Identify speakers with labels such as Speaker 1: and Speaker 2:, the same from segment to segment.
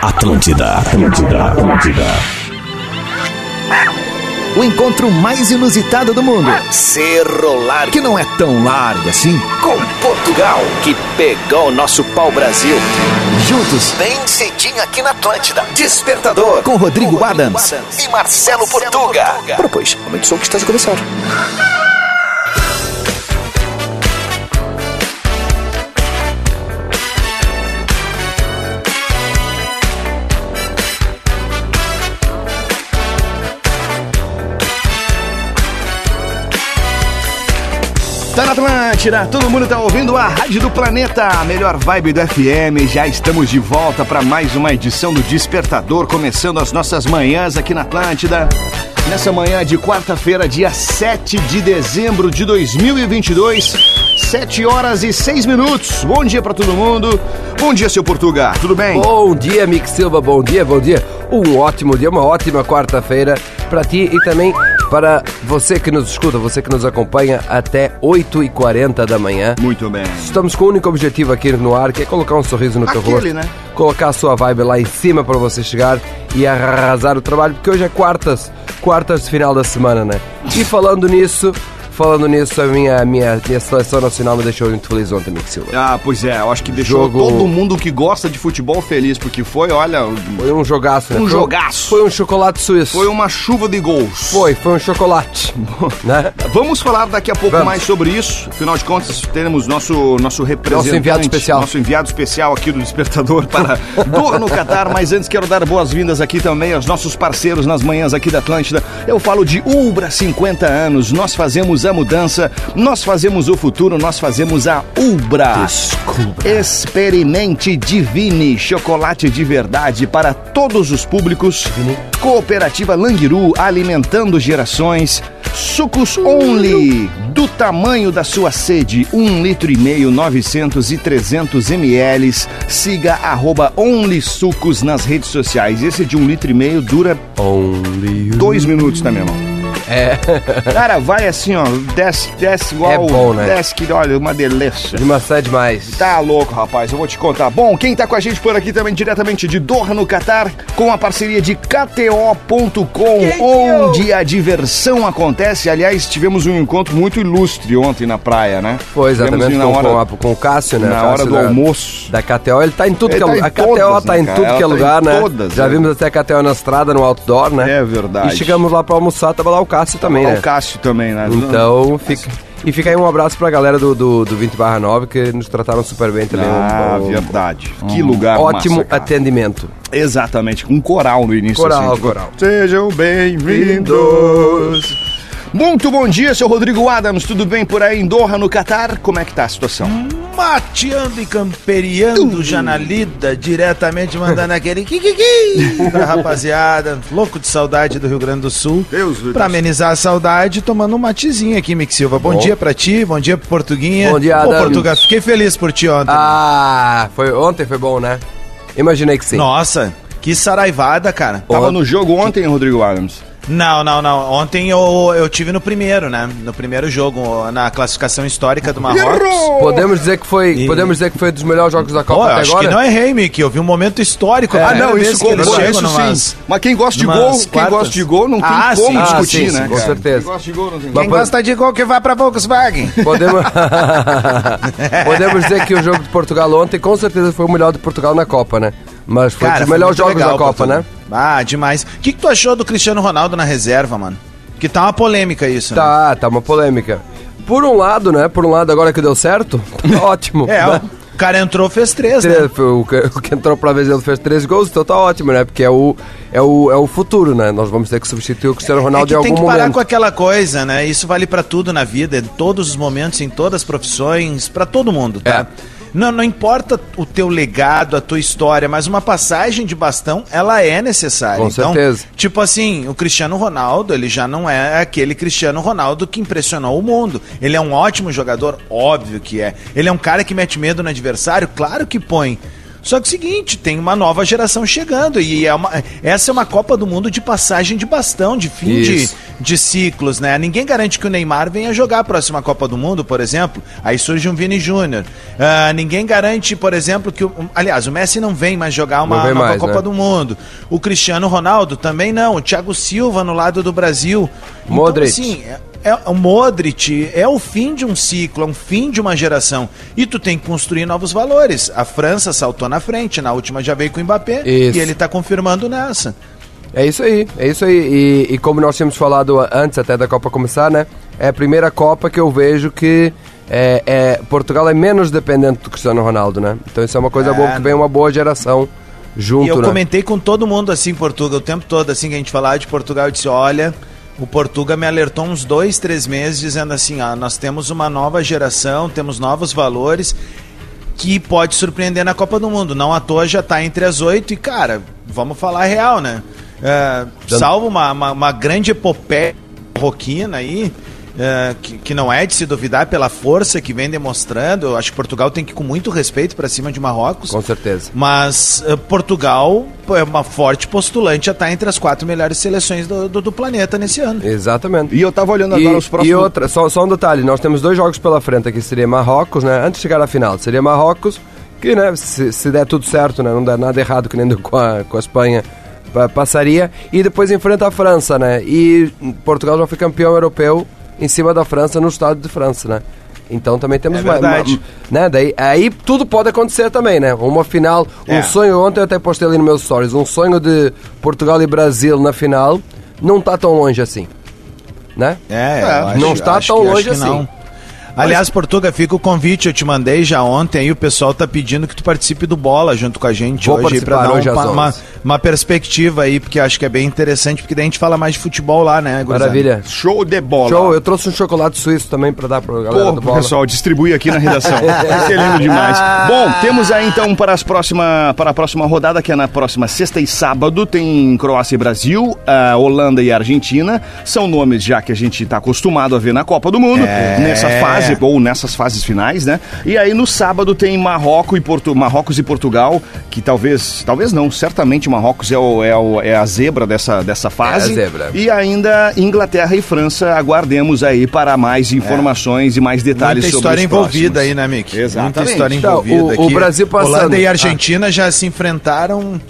Speaker 1: Atlântida, Atlântida, Atlântida.
Speaker 2: O encontro mais inusitado do mundo. Cerro Largo. Que não é tão largo assim.
Speaker 3: Com Portugal, que pegou o nosso pau-brasil.
Speaker 2: Juntos.
Speaker 3: Bem cedinho aqui na Atlântida. Despertador.
Speaker 2: Com Rodrigo, Adams.
Speaker 3: E Marcelo, Portuga. Portuga. é
Speaker 2: Ora, pois, momento de som que está de começar. Tá na Atlântida, todo mundo tá ouvindo a Rádio do Planeta, a melhor vibe do FM. Já estamos de volta para mais uma edição do Despertador, começando as nossas manhãs aqui na Atlântida. Nessa manhã de quarta-feira, dia 7 de dezembro de 2022, 7 horas e 6 minutos. Bom dia para todo mundo. Bom dia, seu Portuga. Tudo bem?
Speaker 4: Bom dia, Mick Silva. Bom dia, bom dia. Um ótimo dia, uma ótima quarta-feira para ti e também para você que nos escuta, você que nos acompanha até 8h40 da manhã.
Speaker 2: Muito bem.
Speaker 4: Estamos com o único objetivo aqui no ar, que é colocar um sorriso no teu
Speaker 2: Aquele,
Speaker 4: rosto.
Speaker 2: né?
Speaker 4: Colocar a sua vibe lá em cima para você chegar e arrasar o trabalho, porque hoje é quartas, quartas de final da semana, né? E falando nisso, falando nisso, a minha, minha, minha seleção nacional me deixou muito feliz ontem, Mick Silva.
Speaker 2: Ah, pois é, eu acho que deixou
Speaker 4: Jogo-
Speaker 2: todo mundo que gosta de futebol feliz, porque foi, olha,
Speaker 4: Foi um jogaço, né?
Speaker 2: Um
Speaker 4: Foi
Speaker 2: jogaço.
Speaker 4: Foi um chocolate suíço.
Speaker 2: foi uma chuva de gols.
Speaker 4: Foi, foi um chocolate. né?
Speaker 2: Vamos falar daqui a pouco
Speaker 4: Vamos.
Speaker 2: mais sobre isso. Afinal de contas, teremos nosso, nosso representante.
Speaker 4: Nosso enviado especial.
Speaker 2: Nosso enviado especial aqui do Despertador para Doha no Catar. Mas antes quero dar boas-vindas aqui também aos nossos parceiros nas manhãs aqui da Atlântida. Eu falo de Ubra 50 anos. Nós fazemos a mudança, nós fazemos o futuro, nós fazemos a Ubra. Experimente Divine, chocolate de verdade para todos os públicos. Cooperativa Langiru, alimentando gerações. Sucos Only, do tamanho da sua sede, 1 um litro e meio, 900 e 300 ml. Siga arroba Only Sucos nas redes sociais. Esse de 1 um litro e meio dura
Speaker 4: Only you.
Speaker 2: dois minutos, tá, meu irmão? É. Cara, vai assim, ó, desce, desce igual...
Speaker 4: bom, né?
Speaker 2: Desce que, olha, uma delícia.
Speaker 4: De maçã é demais.
Speaker 2: Tá louco, rapaz, eu vou te contar. Bom, quem tá com a gente por aqui também diretamente de Doha, no Catar, com a parceria de KTO.com, onde a diversão acontece. Aliás, tivemos um encontro muito ilustre ontem na praia, né?
Speaker 4: Foi exatamente
Speaker 2: Tivemos
Speaker 4: com,
Speaker 2: na
Speaker 4: com,
Speaker 2: hora,
Speaker 4: a- com o Cássio, né?
Speaker 2: na
Speaker 4: Cássio
Speaker 2: hora do
Speaker 4: da-
Speaker 2: almoço.
Speaker 4: Da KTO, ele tá em tudo
Speaker 2: Ele
Speaker 4: que é
Speaker 2: tá em
Speaker 4: lugar. A KTO
Speaker 2: todas,
Speaker 4: tá
Speaker 2: né,
Speaker 4: em
Speaker 2: cara?
Speaker 4: tudo
Speaker 2: Ela
Speaker 4: que é
Speaker 2: tá em
Speaker 4: lugar, né?
Speaker 2: todas,
Speaker 4: Já
Speaker 2: né?
Speaker 4: vimos até a KTO na estrada, no outdoor, né?
Speaker 2: É verdade.
Speaker 4: E chegamos lá pra almoçar, tava lá o Cássio também,
Speaker 2: Lá
Speaker 4: né?
Speaker 2: O Cássio também, né?
Speaker 4: Então, fica. E fica aí um abraço pra galera do, do, do 20 barra 9 que nos trataram super bem também.
Speaker 2: Ah,
Speaker 4: Um- um-
Speaker 2: verdade. Que lugar
Speaker 4: Ótimo
Speaker 2: massa, cara.
Speaker 4: atendimento.
Speaker 2: Exatamente, com um coral no início.
Speaker 4: Coral,
Speaker 2: assim, tipo,
Speaker 4: coral.
Speaker 2: Sejam bem-vindos. Muito bom dia, seu Rodrigo Adams. Tudo bem por aí em Doha, no Catar? Como é que tá a situação?
Speaker 4: Hum.
Speaker 5: Mateando e camperiando já na lida, diretamente mandando aquele kikiki pra rapaziada, louco de saudade do Rio Grande do Sul.
Speaker 2: Deus do
Speaker 5: Pra amenizar a saudade, tomando um matezinho aqui, Mick Silva. Bom,
Speaker 4: Bom.
Speaker 5: dia pra ti, bom dia pro Portuguinha.
Speaker 4: Bom dia,
Speaker 5: Pô,
Speaker 4: Adams.
Speaker 5: Portuga, fiquei feliz por ti ontem.
Speaker 4: Ah, foi, ontem foi bom, né? Imaginei que sim.
Speaker 5: Nossa, que saraivada, cara.
Speaker 2: Tava
Speaker 4: Ó.
Speaker 2: no jogo ontem, Rodrigo Adams.
Speaker 5: Não, não, não. Ontem eu, eu tive no primeiro, né? No primeiro jogo, na classificação histórica do Marrocos.
Speaker 4: Podemos dizer que foi, podemos dizer que foi um dos melhores jogos da Copa
Speaker 5: Pô, eu
Speaker 4: até
Speaker 5: acho
Speaker 4: agora.
Speaker 5: que não errei, Mick. Eu vi um momento histórico. a
Speaker 2: Ah,
Speaker 4: É,
Speaker 5: primeira
Speaker 2: não,
Speaker 5: vez
Speaker 2: isso
Speaker 5: que
Speaker 2: como
Speaker 5: eles chegam
Speaker 2: isso
Speaker 5: numas-
Speaker 2: sim. Mas quem gosta de
Speaker 5: numas
Speaker 2: gol, quem
Speaker 5: quartas.
Speaker 2: gosta de gol não tem
Speaker 5: Ah,
Speaker 2: como
Speaker 5: sim. Ah,
Speaker 2: discutir,
Speaker 4: sim,
Speaker 2: né?
Speaker 4: sim, com
Speaker 2: cara?
Speaker 4: certeza.
Speaker 2: Quem gosta de gol não tem
Speaker 5: Quem
Speaker 2: como.
Speaker 5: gosta de gol que vai pra Volkswagen.
Speaker 4: Podemos... Podemos dizer que o jogo de Portugal ontem com certeza foi o melhor de Portugal na Copa, né? Mas foi um dos
Speaker 5: foi
Speaker 4: melhores
Speaker 5: muito
Speaker 4: jogos
Speaker 5: legal
Speaker 4: da
Speaker 5: pra
Speaker 4: Copa,
Speaker 5: tudo.
Speaker 4: né?
Speaker 5: Ah, demais. O que, que tu achou do Cristiano Ronaldo na reserva, mano? Que tá uma polêmica isso, né?
Speaker 4: Tá, tá uma polêmica. Por um lado, né? Por um lado, agora que deu certo, tá ótimo.
Speaker 5: É,
Speaker 4: né?
Speaker 5: o cara entrou, fez três, né?
Speaker 4: Tre- foi O que, o que entrou pra vez ele fez três gols, então tá ótimo, né? Porque é o, é o, é o futuro, né? Nós vamos ter que substituir o Cristiano
Speaker 5: É
Speaker 4: Ronaldo
Speaker 5: que
Speaker 4: em
Speaker 5: tem
Speaker 4: algum
Speaker 5: que parar
Speaker 4: momento.
Speaker 5: com aquela coisa, né? Isso vale pra tudo na vida, em todos os momentos, em todas as profissões, pra todo mundo, tá?
Speaker 4: É.
Speaker 5: Não, não importa o teu legado, a tua história, mas uma passagem de bastão, ela é necessária.
Speaker 4: Com certeza.
Speaker 5: Tipo assim, o Cristiano Ronaldo, ele já não é aquele Cristiano Ronaldo que impressionou o mundo. Ele é um ótimo jogador, óbvio que é. Ele é um cara que mete medo no adversário, claro que põe. Só que é o seguinte, tem uma nova geração chegando e é uma- essa é uma Copa do Mundo de passagem de bastão, de fim de,
Speaker 4: Isso.
Speaker 5: de ciclos, né? Ninguém garante que o Neymar venha jogar a próxima Copa do Mundo, por exemplo. Aí surge um Vini Júnior. Ah, ninguém garante, por exemplo, que. O, aliás, o Messi não vem mais jogar uma
Speaker 4: Não vem
Speaker 5: nova
Speaker 4: mais,
Speaker 5: Copa
Speaker 4: né?
Speaker 5: do Mundo. O Cristiano Ronaldo também não. O Thiago Silva no lado do Brasil.
Speaker 4: Modric.
Speaker 5: Então, assim, é, é- o Modric é o fim de um ciclo, é um fim de uma geração. E tu tem que construir novos valores. A França saltou na frente, na última já veio com o Mbappé
Speaker 4: Isso.
Speaker 5: e ele tá confirmando nessa.
Speaker 4: É isso aí, é isso aí. E, e como nós tínhamos falado a- antes até da Copa começar, né? É a primeira Copa que eu vejo que é, é- Portugal é menos dependente do Cristiano Ronaldo, né? Então isso é uma coisa
Speaker 5: É,
Speaker 4: boa, que vem uma boa geração junto,
Speaker 5: E eu
Speaker 4: né?
Speaker 5: comentei com todo mundo assim em Portugal, o tempo todo, assim que a gente falava de Portugal, eu disse, olha, o Portugal me alertou uns dois, três meses, dizendo assim, ah, nós temos uma nova geração, temos novos valores, que pode surpreender na Copa do Mundo. Não à toa já tá entre as oito e, cara, vamos falar a real, né? É, salvo uma, uma, uma grande epopeia roquina aí, é, que, que não é de se duvidar pela força que vem demonstrando. Eu acho que Portugal tem que ir com muito respeito para cima de Marrocos.
Speaker 4: Com certeza.
Speaker 5: Mas eh, Portugal é uma forte postulante a estar entre as quatro melhores seleções do, do- do planeta nesse ano.
Speaker 4: Exatamente.
Speaker 2: E eu tava olhando
Speaker 4: E,
Speaker 2: agora os próximos.
Speaker 4: e outra, só, só um detalhe, nós temos dois jogos pela frente aqui, seria Marrocos, né? Antes de chegar à final, seria Marrocos, que né, se, se der tudo certo, né? Não der nada errado que nem deu com a, com a Espanha, pa- passaria. E depois enfrenta a França, né? E Portugal já foi campeão europeu em cima da França, no estádio de França, né? Então também temos
Speaker 5: É
Speaker 4: uma- uma-
Speaker 5: verdade.
Speaker 4: né? Daí, aí tudo pode acontecer também, né? Uma final,
Speaker 5: É.
Speaker 4: um sonho, ontem eu até postei ali nos meus stories, um sonho de Portugal e Brasil na final, não tá tão longe assim, né?
Speaker 5: É, eu
Speaker 4: É, não está tão
Speaker 5: acho
Speaker 4: longe assim.
Speaker 5: Aliás, Portuga, fica o convite, eu te mandei já ontem aí, o pessoal tá pedindo que tu participe do Bola junto com a gente
Speaker 4: Vou
Speaker 5: hoje aí, pra
Speaker 4: participar
Speaker 5: dar um
Speaker 4: hoje às
Speaker 5: pa-
Speaker 4: 11.
Speaker 5: uma, uma perspectiva aí, porque acho que é bem interessante, porque daí a gente fala mais de futebol lá, né, gurizada?
Speaker 4: Maravilha.
Speaker 2: Show de bola.
Speaker 4: Show, eu trouxe um chocolate suíço também pra dar pra galera
Speaker 2: Pô,
Speaker 4: do bola.
Speaker 5: um
Speaker 2: pessoal, distribui aqui na redação. Tá querendo demais. Bom, temos aí então para, as próxima, para a próxima rodada, que é na próxima sexta e sábado, tem Croácia e Brasil, a Holanda e a Argentina. São nomes já que a gente está acostumado a ver na Copa do Mundo,
Speaker 4: É.
Speaker 2: nessa fase, ou nessas fases finais, né? E aí no sábado tem Marrocos e, Portu- Marrocos e Portugal, que talvez, talvez não, certamente Marrocos é, o- é o- é a zebra dessa,
Speaker 5: É
Speaker 2: dessa fase.
Speaker 4: zebra.
Speaker 2: E ainda Inglaterra e França, aguardemos aí para mais informações e mais detalhes
Speaker 5: É.
Speaker 2: sobre
Speaker 5: Muita história
Speaker 2: os próximos.
Speaker 5: envolvida aí, né, Mick?
Speaker 2: Exatamente.
Speaker 5: Muita história
Speaker 4: Então,
Speaker 5: envolvida
Speaker 4: o- o
Speaker 5: aqui.
Speaker 4: Brasil passando.
Speaker 5: Holanda e
Speaker 4: Ah.
Speaker 5: Argentina já se enfrentaram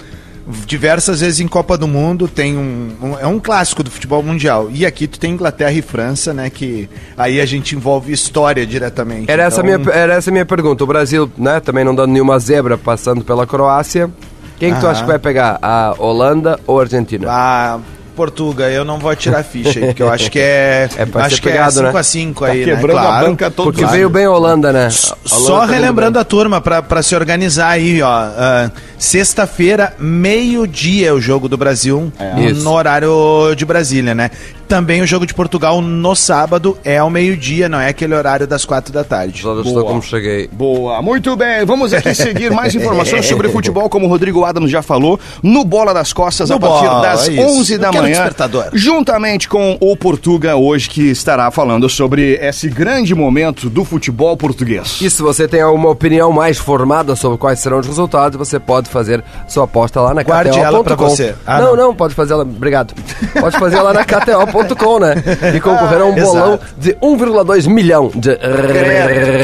Speaker 5: diversas vezes em Copa do Mundo. Tem um, um- é um clássico do futebol mundial. E aqui tu tem Inglaterra e França, né? Que aí a gente envolve história diretamente.
Speaker 4: Era essa, a
Speaker 5: Então,
Speaker 4: minha, era essa a minha pergunta. O Brasil, né, também não dando nenhuma zebra passando pela Croácia. Quem que tu
Speaker 5: Aham.
Speaker 4: acha que vai pegar? A Holanda ou a Argentina?
Speaker 5: Ah, Portuga, eu não vou tirar a ficha aí, porque eu acho que é.
Speaker 4: É pra
Speaker 5: acho
Speaker 4: ser
Speaker 5: que
Speaker 4: pegado,
Speaker 5: é
Speaker 4: né?
Speaker 5: 5x5 aí,
Speaker 2: Tá quebrando
Speaker 5: né?
Speaker 2: a banca todo
Speaker 4: Porque
Speaker 2: lado.
Speaker 4: veio bem a Holanda, né? A Holanda
Speaker 5: Só
Speaker 4: tá vindo
Speaker 5: relembrando a é turma pra pra se organizar aí, ó. ah, Sexta-feira, meio-dia é o jogo do Brasil
Speaker 4: Isso.
Speaker 5: no horário de Brasília, né? Também o jogo de Portugal no sábado é ao meio-dia, não é aquele horário das quatro da tarde.
Speaker 4: bem. Só- só
Speaker 2: Boa.
Speaker 4: como cheguei.
Speaker 2: Boa, muito bem. Vamos aqui seguir mais informações sobre futebol, como o Rodrigo Adams já falou, no Bola das Costas, a
Speaker 5: No
Speaker 2: partir
Speaker 5: Bola,
Speaker 2: das
Speaker 5: é isso.
Speaker 2: 11 da
Speaker 5: Eu quero
Speaker 2: manhã,
Speaker 5: despertador.
Speaker 2: juntamente com o Portuga, hoje, que estará falando sobre esse grande momento do futebol português.
Speaker 4: E se você tem alguma opinião mais formada sobre quais serão os resultados, você pode fazer sua aposta lá na
Speaker 5: Guarde
Speaker 4: KTO.com.
Speaker 5: ela pra você. Ah,
Speaker 4: não, não,
Speaker 5: não.
Speaker 4: pode fazer ela. Obrigado. Pode fazer lá na KTO.com, né? E concorrer a um
Speaker 5: Ah,
Speaker 4: bolão
Speaker 5: exato.
Speaker 4: de 1,2 milhão de
Speaker 2: que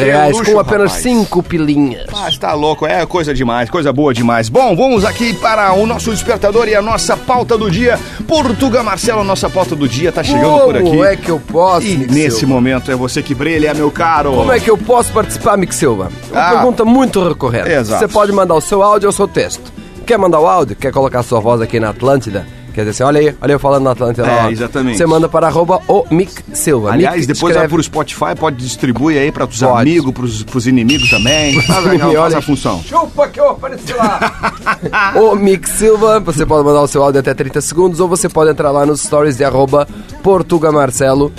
Speaker 4: reais
Speaker 2: luxo,
Speaker 4: com apenas
Speaker 2: rapaz.
Speaker 4: 5 pilinhas.
Speaker 2: Ah, está louco, é coisa demais, coisa boa demais. Bom, vamos aqui para o nosso despertador e a nossa pauta do dia. Portuga Marcelo, nossa pauta do dia tá chegando por aqui.
Speaker 4: Como é que eu posso,
Speaker 2: E
Speaker 4: Mick
Speaker 2: nesse
Speaker 4: Silva?
Speaker 2: momento é você que brilha, meu caro.
Speaker 4: Como é que eu posso participar, Mick Silva? Uma
Speaker 2: Ah.
Speaker 4: pergunta muito recorrente.
Speaker 2: Exato.
Speaker 4: Você pode mandar o seu áudio ou o seu texto. Quer mandar o áudio? Quer colocar sua voz aqui na Atlântida? Quer dizer assim, olha aí, olha eu falando na Atlântida.
Speaker 2: É,
Speaker 4: ó.
Speaker 2: exatamente.
Speaker 4: Você manda para arroba o Mick Silva.
Speaker 2: Aliás,
Speaker 4: Mick
Speaker 2: depois vai
Speaker 4: escreve...
Speaker 2: pro Spotify, pode distribuir aí para os
Speaker 4: Pode.
Speaker 2: amigos, pros, pros inimigos também. Faz, a-
Speaker 4: Olha,
Speaker 2: faz a função.
Speaker 4: Chupa que eu apareci lá. o Mick Silva, você pode mandar o seu áudio até 30 segundos ou você pode entrar lá nos stories de arroba portugamarcelo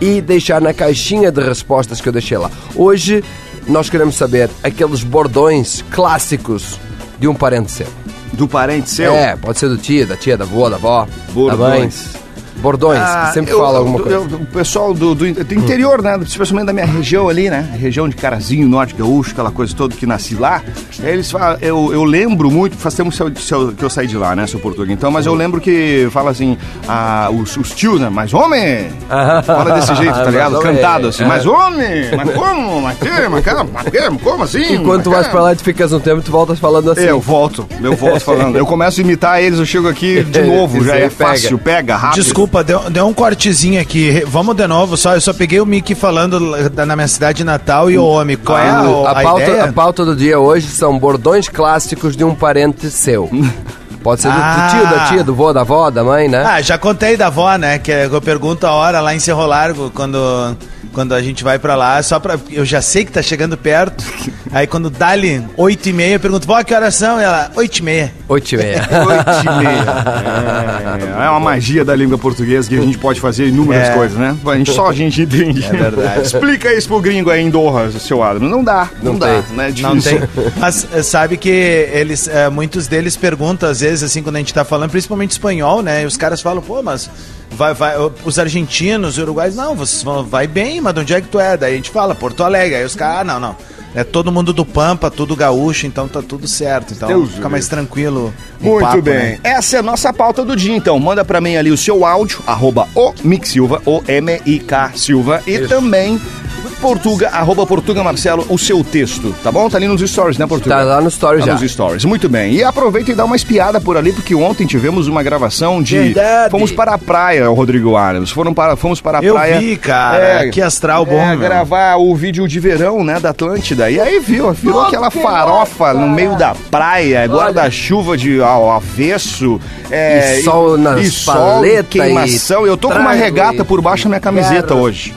Speaker 4: e deixar na caixinha de respostas que eu deixei lá. Hoje nós queremos saber aqueles bordões clássicos de um parente seu.
Speaker 2: Do parente seu?
Speaker 4: É, pode ser do tio, da tia, da avó, da avó, da mãe.
Speaker 2: Bordões.
Speaker 4: Bordões, que sempre fala alguma
Speaker 2: Ah, eu-
Speaker 4: coisa.
Speaker 2: eu- o pessoal do, do in- do interior, né? Principalmente da minha região ali, né? Região de Carazinho, Norte Gaúcho, aquela coisa toda que nasci lá. Eles falam, eu, eu lembro muito, faz tempo que eu, que eu- que eu saí de lá, né, seu português? Então, mas eu lembro que fala assim, ah, os, os tios, né? Mas homem! Fala desse jeito, tá
Speaker 4: Mas
Speaker 2: ligado?
Speaker 4: homem.
Speaker 2: Cantado assim,
Speaker 4: É.
Speaker 2: mas homem! Mas como? Mas que? Mas cara, mas que? Como assim?
Speaker 4: Enquanto tu
Speaker 2: Mas
Speaker 4: vais
Speaker 2: cara?"
Speaker 4: pra lá e tu ficas um tempo, tu voltas falando assim.
Speaker 2: Eu volto, eu volto falando. Eu começo a imitar eles, eu chego aqui de novo,
Speaker 4: Isso
Speaker 2: já
Speaker 4: aí
Speaker 2: é
Speaker 4: pega.
Speaker 2: fácil, pega, rápido.
Speaker 5: Desculpa, deu, deu um cortezinho aqui. Re- Vamos de novo, só. Eu só peguei o Mickey falando da- na minha cidade natal e o homem. Qual é a,
Speaker 4: Hum, a,
Speaker 5: a
Speaker 4: pauta,
Speaker 5: ideia?
Speaker 4: a pauta do dia hoje são bordões clássicos de um parente seu. Pode ser do, do tio, da
Speaker 5: Ah.
Speaker 4: tia, do vô, da avó, da mãe, né?
Speaker 5: Ah, já contei da avó, né? Que eu pergunto a hora lá em Cerro Largo, quando, quando a gente vai pra lá, só pra. Eu já sei que tá chegando perto. Aí quando dá-lhe 8 e meia, eu pergunto, vó, que horas são? E ela, 8 e meia.
Speaker 4: Oito e meia.
Speaker 2: Oito e meia. É, é uma magia da língua portuguesa que a gente pode fazer inúmeras
Speaker 5: É.
Speaker 2: coisas, né? A gente, só a gente entende. É
Speaker 5: verdade.
Speaker 2: Explica isso pro gringo aí em Doha, seu Adam. Não dá, não,
Speaker 4: Não
Speaker 2: dá,
Speaker 4: tem.
Speaker 2: né? É
Speaker 5: Não
Speaker 2: difícil.
Speaker 5: tem. Mas eh, sabe que eles, eh, muitos deles perguntam, às vezes, assim, quando a gente tá falando, principalmente espanhol, né? E os caras falam, pô, mas vai, vai, os argentinos, os uruguais, não, vocês vão, vai bem, mas de onde é que tu é? Daí a gente fala, Porto Alegre. Aí os caras, ah, não, não. É todo mundo do Pampa, tudo gaúcho, então tá tudo certo. Então
Speaker 2: Deus
Speaker 5: fica mais tranquilo. o
Speaker 2: Muito
Speaker 5: papo,
Speaker 2: bem.
Speaker 5: né?
Speaker 2: Essa é a nossa pauta do dia, então. Manda pra mim ali o seu áudio, arroba o Mick Silva, o M-I-K Silva. E também Portuga, arroba Portuga Marcelo, o seu texto, tá bom? Tá ali nos stories, né, Portuga?
Speaker 4: Tá lá no stories
Speaker 2: Tá
Speaker 4: já.
Speaker 2: nos stories. Muito bem. E aproveita e dá uma espiada por ali, porque ontem tivemos uma gravação de...
Speaker 5: Verdade.
Speaker 2: Fomos para a praia, o Rodrigo Adams. Foram para... Fomos para a
Speaker 5: Eu
Speaker 2: praia...
Speaker 5: vi, cara. que astral Tá bom.
Speaker 2: É,
Speaker 5: meu.
Speaker 2: gravar o vídeo de verão, né, da Atlântida. E aí viu, virou aquela farofa no meio da praia, guarda-chuva de ao avesso. É,
Speaker 4: E sol nas
Speaker 2: e sol,
Speaker 4: paletas,
Speaker 2: queimação.
Speaker 4: e
Speaker 2: Eu tô com uma
Speaker 4: trago,
Speaker 2: regata
Speaker 4: e
Speaker 2: por baixo da minha camiseta
Speaker 4: garras.
Speaker 2: hoje.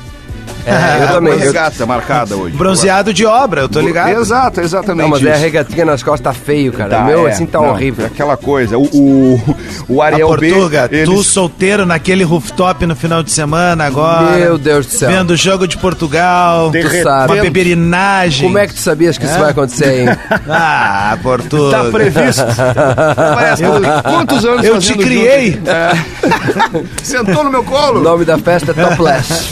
Speaker 4: É, eu
Speaker 2: Tá com
Speaker 4: também.
Speaker 2: Uma
Speaker 4: Eu-
Speaker 2: regata marcada hoje.
Speaker 5: Bronzeado de obra, eu tô ligado.
Speaker 2: Exato, exatamente
Speaker 4: Não, mas é a
Speaker 2: isso.
Speaker 4: regatinha nas costas tá feio, cara.
Speaker 2: Tá,
Speaker 4: o meu
Speaker 2: é,
Speaker 4: assim tá
Speaker 2: não,
Speaker 4: horrível.
Speaker 2: Aquela coisa. O, o, o
Speaker 5: A
Speaker 2: Ariel B.
Speaker 5: Portuga, tu
Speaker 2: eles-
Speaker 5: solteiro naquele rooftop no final de semana agora.
Speaker 4: Meu Deus do céu.
Speaker 5: Vendo o jogo de Portugal.
Speaker 4: Tu
Speaker 2: Derretendo.
Speaker 5: Uma
Speaker 4: sabe.
Speaker 5: beberinagem.
Speaker 4: Como é que tu sabias que isso vai acontecer, hein?
Speaker 5: Ah, Portuga.
Speaker 2: Tá previsto. Parece que- quantos anos
Speaker 5: Eu te
Speaker 2: fazendo
Speaker 5: criei.
Speaker 2: junto? É. Sentou no meu
Speaker 4: o
Speaker 2: colo.
Speaker 4: nome da festa é Topless.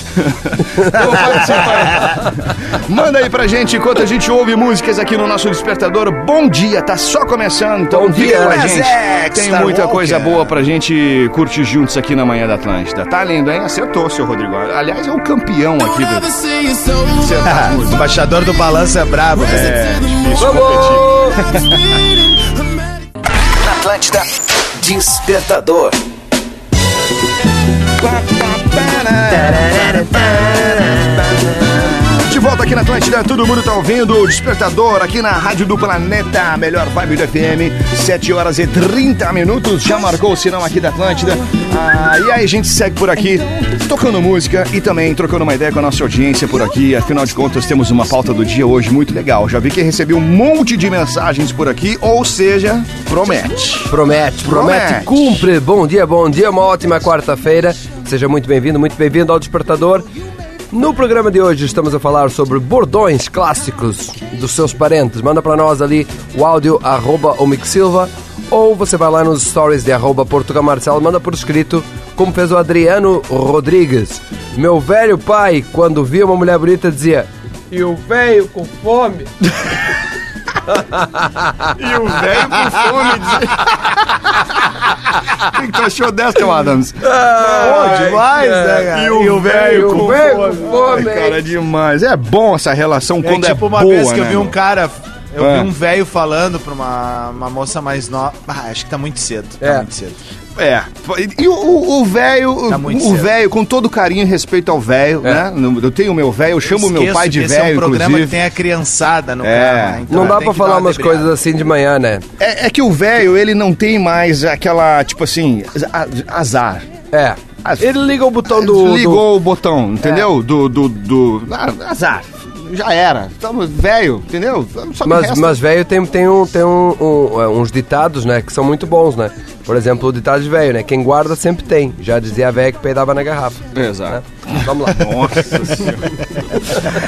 Speaker 2: Então participa aí. Manda aí pra gente enquanto a gente ouve músicas aqui no nosso despertador. Bom dia, tá só começando. Então
Speaker 4: Bom
Speaker 2: fica
Speaker 4: dia,
Speaker 2: com a
Speaker 5: Mas
Speaker 2: gente.
Speaker 5: é,
Speaker 2: Tem
Speaker 5: Star
Speaker 2: muita
Speaker 5: Walker.
Speaker 2: coisa boa pra gente curtir juntos aqui na manhã da Atlântida. Tá lindo, hein? Acertou, seu Rodrigo. Aliás, é o campeão aqui do acertar as
Speaker 5: O
Speaker 2: músicas.
Speaker 5: embaixador do balanço é brabo, velho.
Speaker 2: É difícil competir.
Speaker 4: Vamos!
Speaker 3: Atlântida Despertador.
Speaker 2: De volta aqui na Atlântida, todo mundo tá ouvindo o Despertador aqui na Rádio do Planeta, a melhor vibe do FM, 7 horas e 30 minutos, já marcou o sinal aqui da Atlântida. Ah, e aí a gente segue por aqui, tocando música e também trocando uma ideia com a nossa audiência por aqui. Afinal de contas, temos uma pauta do dia hoje muito legal. Já vi que recebi um monte de mensagens por aqui, ou seja, promete. Promete.
Speaker 4: Promete, promete, cumpre. Bom dia, bom dia, uma ótima quarta-feira. Seja muito bem-vindo, muito bem-vindo ao Despertador. No programa de hoje estamos a falar sobre bordões clássicos dos seus parentes. Manda para nós ali o áudio arroba o Mick Silva ou você vai lá nos stories de arroba Portugal Marcelo, manda por escrito, como fez o Adriano Rodrigues. Meu velho pai, quando via uma mulher bonita, dizia: Eu venho com fome.
Speaker 2: E o velho com fome de... O que, que tu achou dessa, teu Adams?
Speaker 5: Bom demais, né, cara?
Speaker 2: E o velho
Speaker 4: com
Speaker 2: com
Speaker 4: fome.
Speaker 2: fome. Ai, cara, é demais. É bom essa relação
Speaker 5: É
Speaker 2: quando é
Speaker 5: tipo uma
Speaker 2: boa,
Speaker 5: vez que eu
Speaker 2: né,
Speaker 5: vi um
Speaker 2: meu?
Speaker 5: cara. Eu
Speaker 2: Ah.
Speaker 5: vi um velho falando pra uma, uma moça mais nova. Ah, acho que tá muito cedo.
Speaker 4: É.
Speaker 5: Tá muito cedo.
Speaker 2: É. E o- o o velho,
Speaker 5: Tá muito
Speaker 2: o
Speaker 5: cedo. É.
Speaker 2: velho, com todo carinho e respeito ao velho, né? Eu tenho o meu velho, eu chamo o meu
Speaker 5: Esqueço
Speaker 2: pai de
Speaker 5: que Esse é
Speaker 2: velho,
Speaker 5: um programa
Speaker 2: inclusive.
Speaker 5: que tem a criançada no
Speaker 2: É.
Speaker 5: programa. então
Speaker 4: Não dá
Speaker 5: tem
Speaker 4: para
Speaker 5: que dar
Speaker 4: falar
Speaker 5: uma
Speaker 4: umas
Speaker 5: debriada.
Speaker 4: coisas assim de manhã, né?
Speaker 2: É, é que o velho, ele não tem mais aquela, tipo assim, a- azar.
Speaker 4: É.
Speaker 2: As-
Speaker 4: Ele liga o botão do. do- É.
Speaker 2: Ligou o botão, entendeu? Do, do, do... Ah, azar. Já era. Estamos velho, entendeu? Só me
Speaker 4: Mas,
Speaker 2: resta-
Speaker 4: mas velho tem, tem, um, tem um, um, é, uns ditados, né? Que são muito bons, né? Por exemplo, o ditado de velho, né? Quem guarda sempre tem. Já dizia a velha que peidava na garrafa.
Speaker 2: Exato.
Speaker 4: Né? Vamos lá.
Speaker 2: Nossa senhora.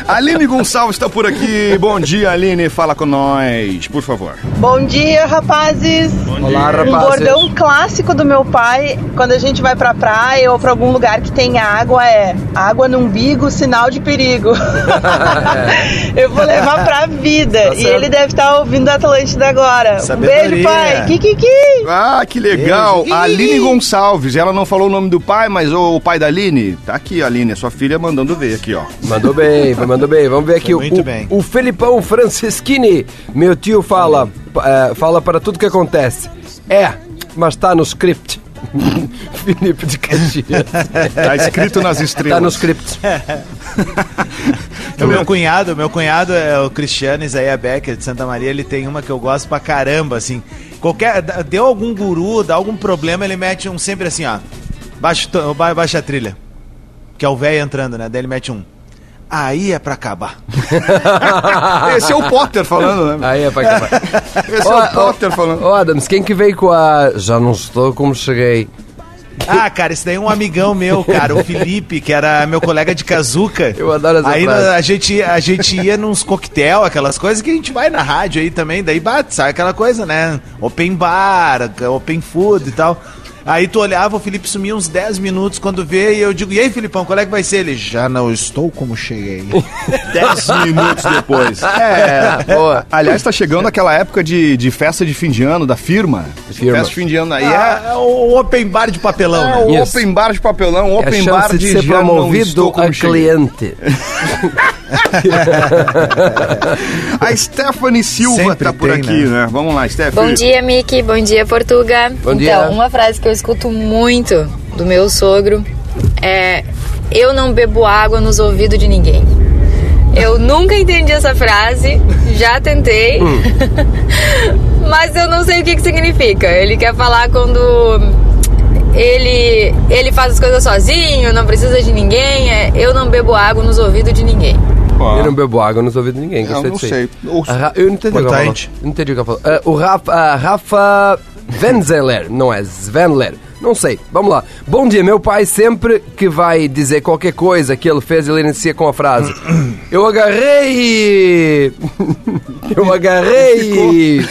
Speaker 2: Aline Gonçalves está por aqui. Bom dia, Aline. Fala com nós, por favor.
Speaker 6: Bom dia, rapazes.
Speaker 4: Olá,
Speaker 6: Um
Speaker 4: rapazes.
Speaker 6: bordão clássico do meu pai, quando a gente vai pra praia ou pra algum lugar que tem água, é água no umbigo, sinal de perigo. Eu vou levar pra vida.
Speaker 4: Tá
Speaker 6: e
Speaker 4: certo.
Speaker 6: ele deve estar ouvindo a Atlântida agora.
Speaker 5: Sabedoria.
Speaker 6: Um beijo, pai. Kikiki.
Speaker 2: Ah, que legal.
Speaker 5: Beijo.
Speaker 2: A Aline Gonçalves. Ela não falou o nome do pai, mas o pai da Aline. Tá aqui, Aline. A sua filha mandando ver aqui, ó.
Speaker 4: Mandou bem, foi- mandou bem. Vamos ver aqui.
Speaker 5: Foi muito
Speaker 4: o,
Speaker 5: bem.
Speaker 4: o Felipão Franceschini, meu tio, fala, eh, fala para tudo que acontece. É, mas tá no script. Felipe de Caxias.
Speaker 2: Tá escrito nas
Speaker 4: tá no
Speaker 2: estrelas.
Speaker 4: script.
Speaker 5: O meu cunhado, o meu cunhado é o Cristiano Isaia Becker de Santa Maria, ele tem uma que eu gosto pra caramba, assim. Qualquer. dá- Deu algum guru, dá algum problema, ele mete um sempre assim, ó. Baixa, o tom- ba- baixa a trilha. Que é o velho entrando, né? Daí ele mete um. Aí é pra acabar.
Speaker 2: Esse é o Potter falando, né?
Speaker 4: Aí é pra acabar.
Speaker 2: Esse é o Potter falando.
Speaker 4: Ó, Adams, quem que veio com a. Já não estou como cheguei.
Speaker 5: Ah, cara, esse daí é um amigão meu, cara, o Felipe, que era meu colega de Kazuca.
Speaker 4: Eu adoro essa
Speaker 5: Aí
Speaker 4: frase.
Speaker 5: a gente, a gente ia nos coquetel, aquelas coisas que a gente vai na rádio aí também, daí bate, sabe aquela coisa, né? Open bar, open food e tal. Aí tu olhava, o Felipe sumia uns 10 minutos quando vê, e eu digo, e aí, Filipão, qual é que vai ser? Ele, já não estou como cheguei.
Speaker 2: Dez minutos depois. É, boa. Aliás, tá chegando aquela época de, de festa de fim de ano da firma.
Speaker 4: Firma.
Speaker 2: Festa de fim de ano aí é.
Speaker 5: Ah, o open bar de papelão,
Speaker 2: É
Speaker 5: né?
Speaker 2: o
Speaker 4: Isso.
Speaker 2: open bar de papelão, o
Speaker 4: É a
Speaker 2: open bar
Speaker 4: chance de ser
Speaker 2: já não
Speaker 4: promovido
Speaker 2: estou
Speaker 4: a
Speaker 2: como cheguei.
Speaker 4: cliente.
Speaker 2: A Stephanie Silva
Speaker 5: Sempre
Speaker 2: tá por
Speaker 5: tem,
Speaker 2: aqui, né? Vamos lá, Stephanie.
Speaker 7: Bom dia, Miki. Bom dia, Portuga.
Speaker 4: Bom dia.
Speaker 7: Então, uma frase que eu escuto muito do meu sogro é: Eu não bebo água nos ouvidos de ninguém. Eu nunca entendi essa frase, já tentei,
Speaker 4: Hum.
Speaker 7: mas eu não sei o que, que significa. Ele quer falar quando ele, ele faz as coisas sozinho, não precisa de ninguém. É, eu não bebo água nos ouvidos de ninguém.
Speaker 2: Ó,
Speaker 4: Eu não bebo água nos ouvidos de ninguém.
Speaker 2: eu
Speaker 4: Gostei
Speaker 2: não
Speaker 4: disso aí.
Speaker 2: sei. Ou-
Speaker 4: A Ra- Eu não entendi o que ela falou.
Speaker 5: Importante.
Speaker 4: Eu Não entendi o que ela falou. Ah, o Rafa, a Rafa Venzeler, não é Svenler. Não sei. Vamos lá. Bom dia, meu pai sempre que vai dizer qualquer coisa que ele fez, ele inicia com a frase. Eu agarrei! Eu agarrei!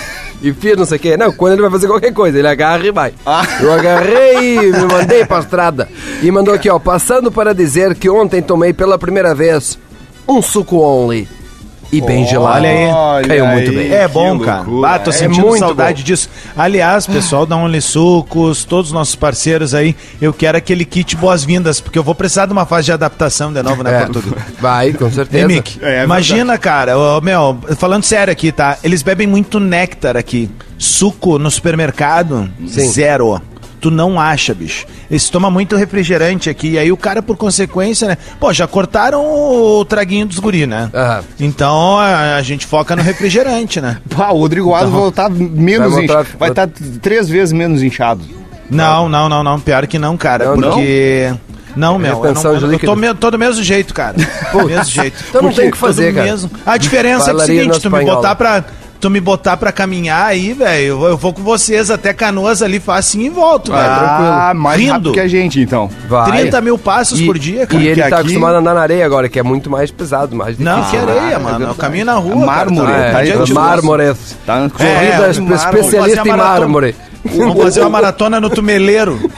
Speaker 4: E fiz não sei o quê. Não, quando ele vai fazer qualquer coisa, ele agarra e vai.
Speaker 5: Ah.
Speaker 4: Eu agarrei, me mandei pra estrada. E mandou aqui, ó, passando para dizer que ontem tomei pela primeira vez um suco only. E bem gelado.
Speaker 5: Olha aí.
Speaker 2: Olha
Speaker 4: Caiu muito
Speaker 2: aí.
Speaker 4: bem.
Speaker 5: É
Speaker 2: Que
Speaker 5: bom, cara.
Speaker 2: loucura.
Speaker 5: Ah, tô
Speaker 2: É
Speaker 5: sentindo
Speaker 4: muito
Speaker 5: saudade disso. Aliás, pessoal da Only Sucos, todos os nossos parceiros aí, eu quero aquele kit boas-vindas, porque eu vou precisar de uma fase de adaptação de novo, né,
Speaker 4: É,
Speaker 5: Portugal?
Speaker 4: Vai, com certeza.
Speaker 5: Ei, Mick,
Speaker 2: É, é
Speaker 5: imagina, cara, ô, meu, falando sério aqui, tá? Eles bebem muito néctar aqui. Suco no supermercado,
Speaker 4: Sim.
Speaker 5: zero. Tu não acha, bicho. Eles tomam muito refrigerante aqui. E aí o cara, por consequência, né? Pô, já cortaram o traguinho dos guri, né?
Speaker 4: Aham.
Speaker 5: Então a, a gente foca no refrigerante, né?
Speaker 2: Pá, Ah, o Rodrigo Alves vai estar menos
Speaker 4: Tá Vai voltar-
Speaker 2: inchado. Vai estar três vezes menos inchado.
Speaker 5: Não, não, não, não. Pior que não,
Speaker 4: Não,
Speaker 5: cara. porque. Não, meu. Eu, não,
Speaker 4: Retenção de
Speaker 5: eu
Speaker 4: líquido.
Speaker 5: tô, me- tô do mesmo jeito, cara. Do mesmo jeito.
Speaker 4: Então não
Speaker 5: Porque
Speaker 4: tem o que
Speaker 5: tô do
Speaker 4: fazer, cara.
Speaker 5: A diferença é que é o
Speaker 4: Bailarina
Speaker 5: seguinte, tu me
Speaker 4: espanhola.
Speaker 5: botar pra. Tu me botar pra caminhar aí, velho, eu vou- eu vou com vocês até canoas ali, facinho e volto, velho.
Speaker 2: Ah, mais rápido
Speaker 5: Rindo.
Speaker 2: que a gente, então.
Speaker 4: Vai.
Speaker 5: 30 mil passos
Speaker 4: E-
Speaker 5: por dia, cara. é
Speaker 4: E ele
Speaker 2: que
Speaker 4: tá
Speaker 2: aqui-
Speaker 4: acostumado a andar na areia agora, que é muito mais pesado, mais difícil.
Speaker 5: Não, que areia, mano. Eu caminho na rua.
Speaker 2: Mármore,
Speaker 5: cara,
Speaker 4: É,
Speaker 2: Tá aí,
Speaker 5: adiante
Speaker 2: tá
Speaker 5: do-
Speaker 4: mármore.
Speaker 2: Tá
Speaker 4: Corrida
Speaker 5: é,
Speaker 4: espe-
Speaker 5: mármore.
Speaker 4: especialista
Speaker 5: Vamos fazer
Speaker 4: em
Speaker 5: a maratona.
Speaker 4: mármore.
Speaker 5: Vamos fazer uma maratona no tumeleiro.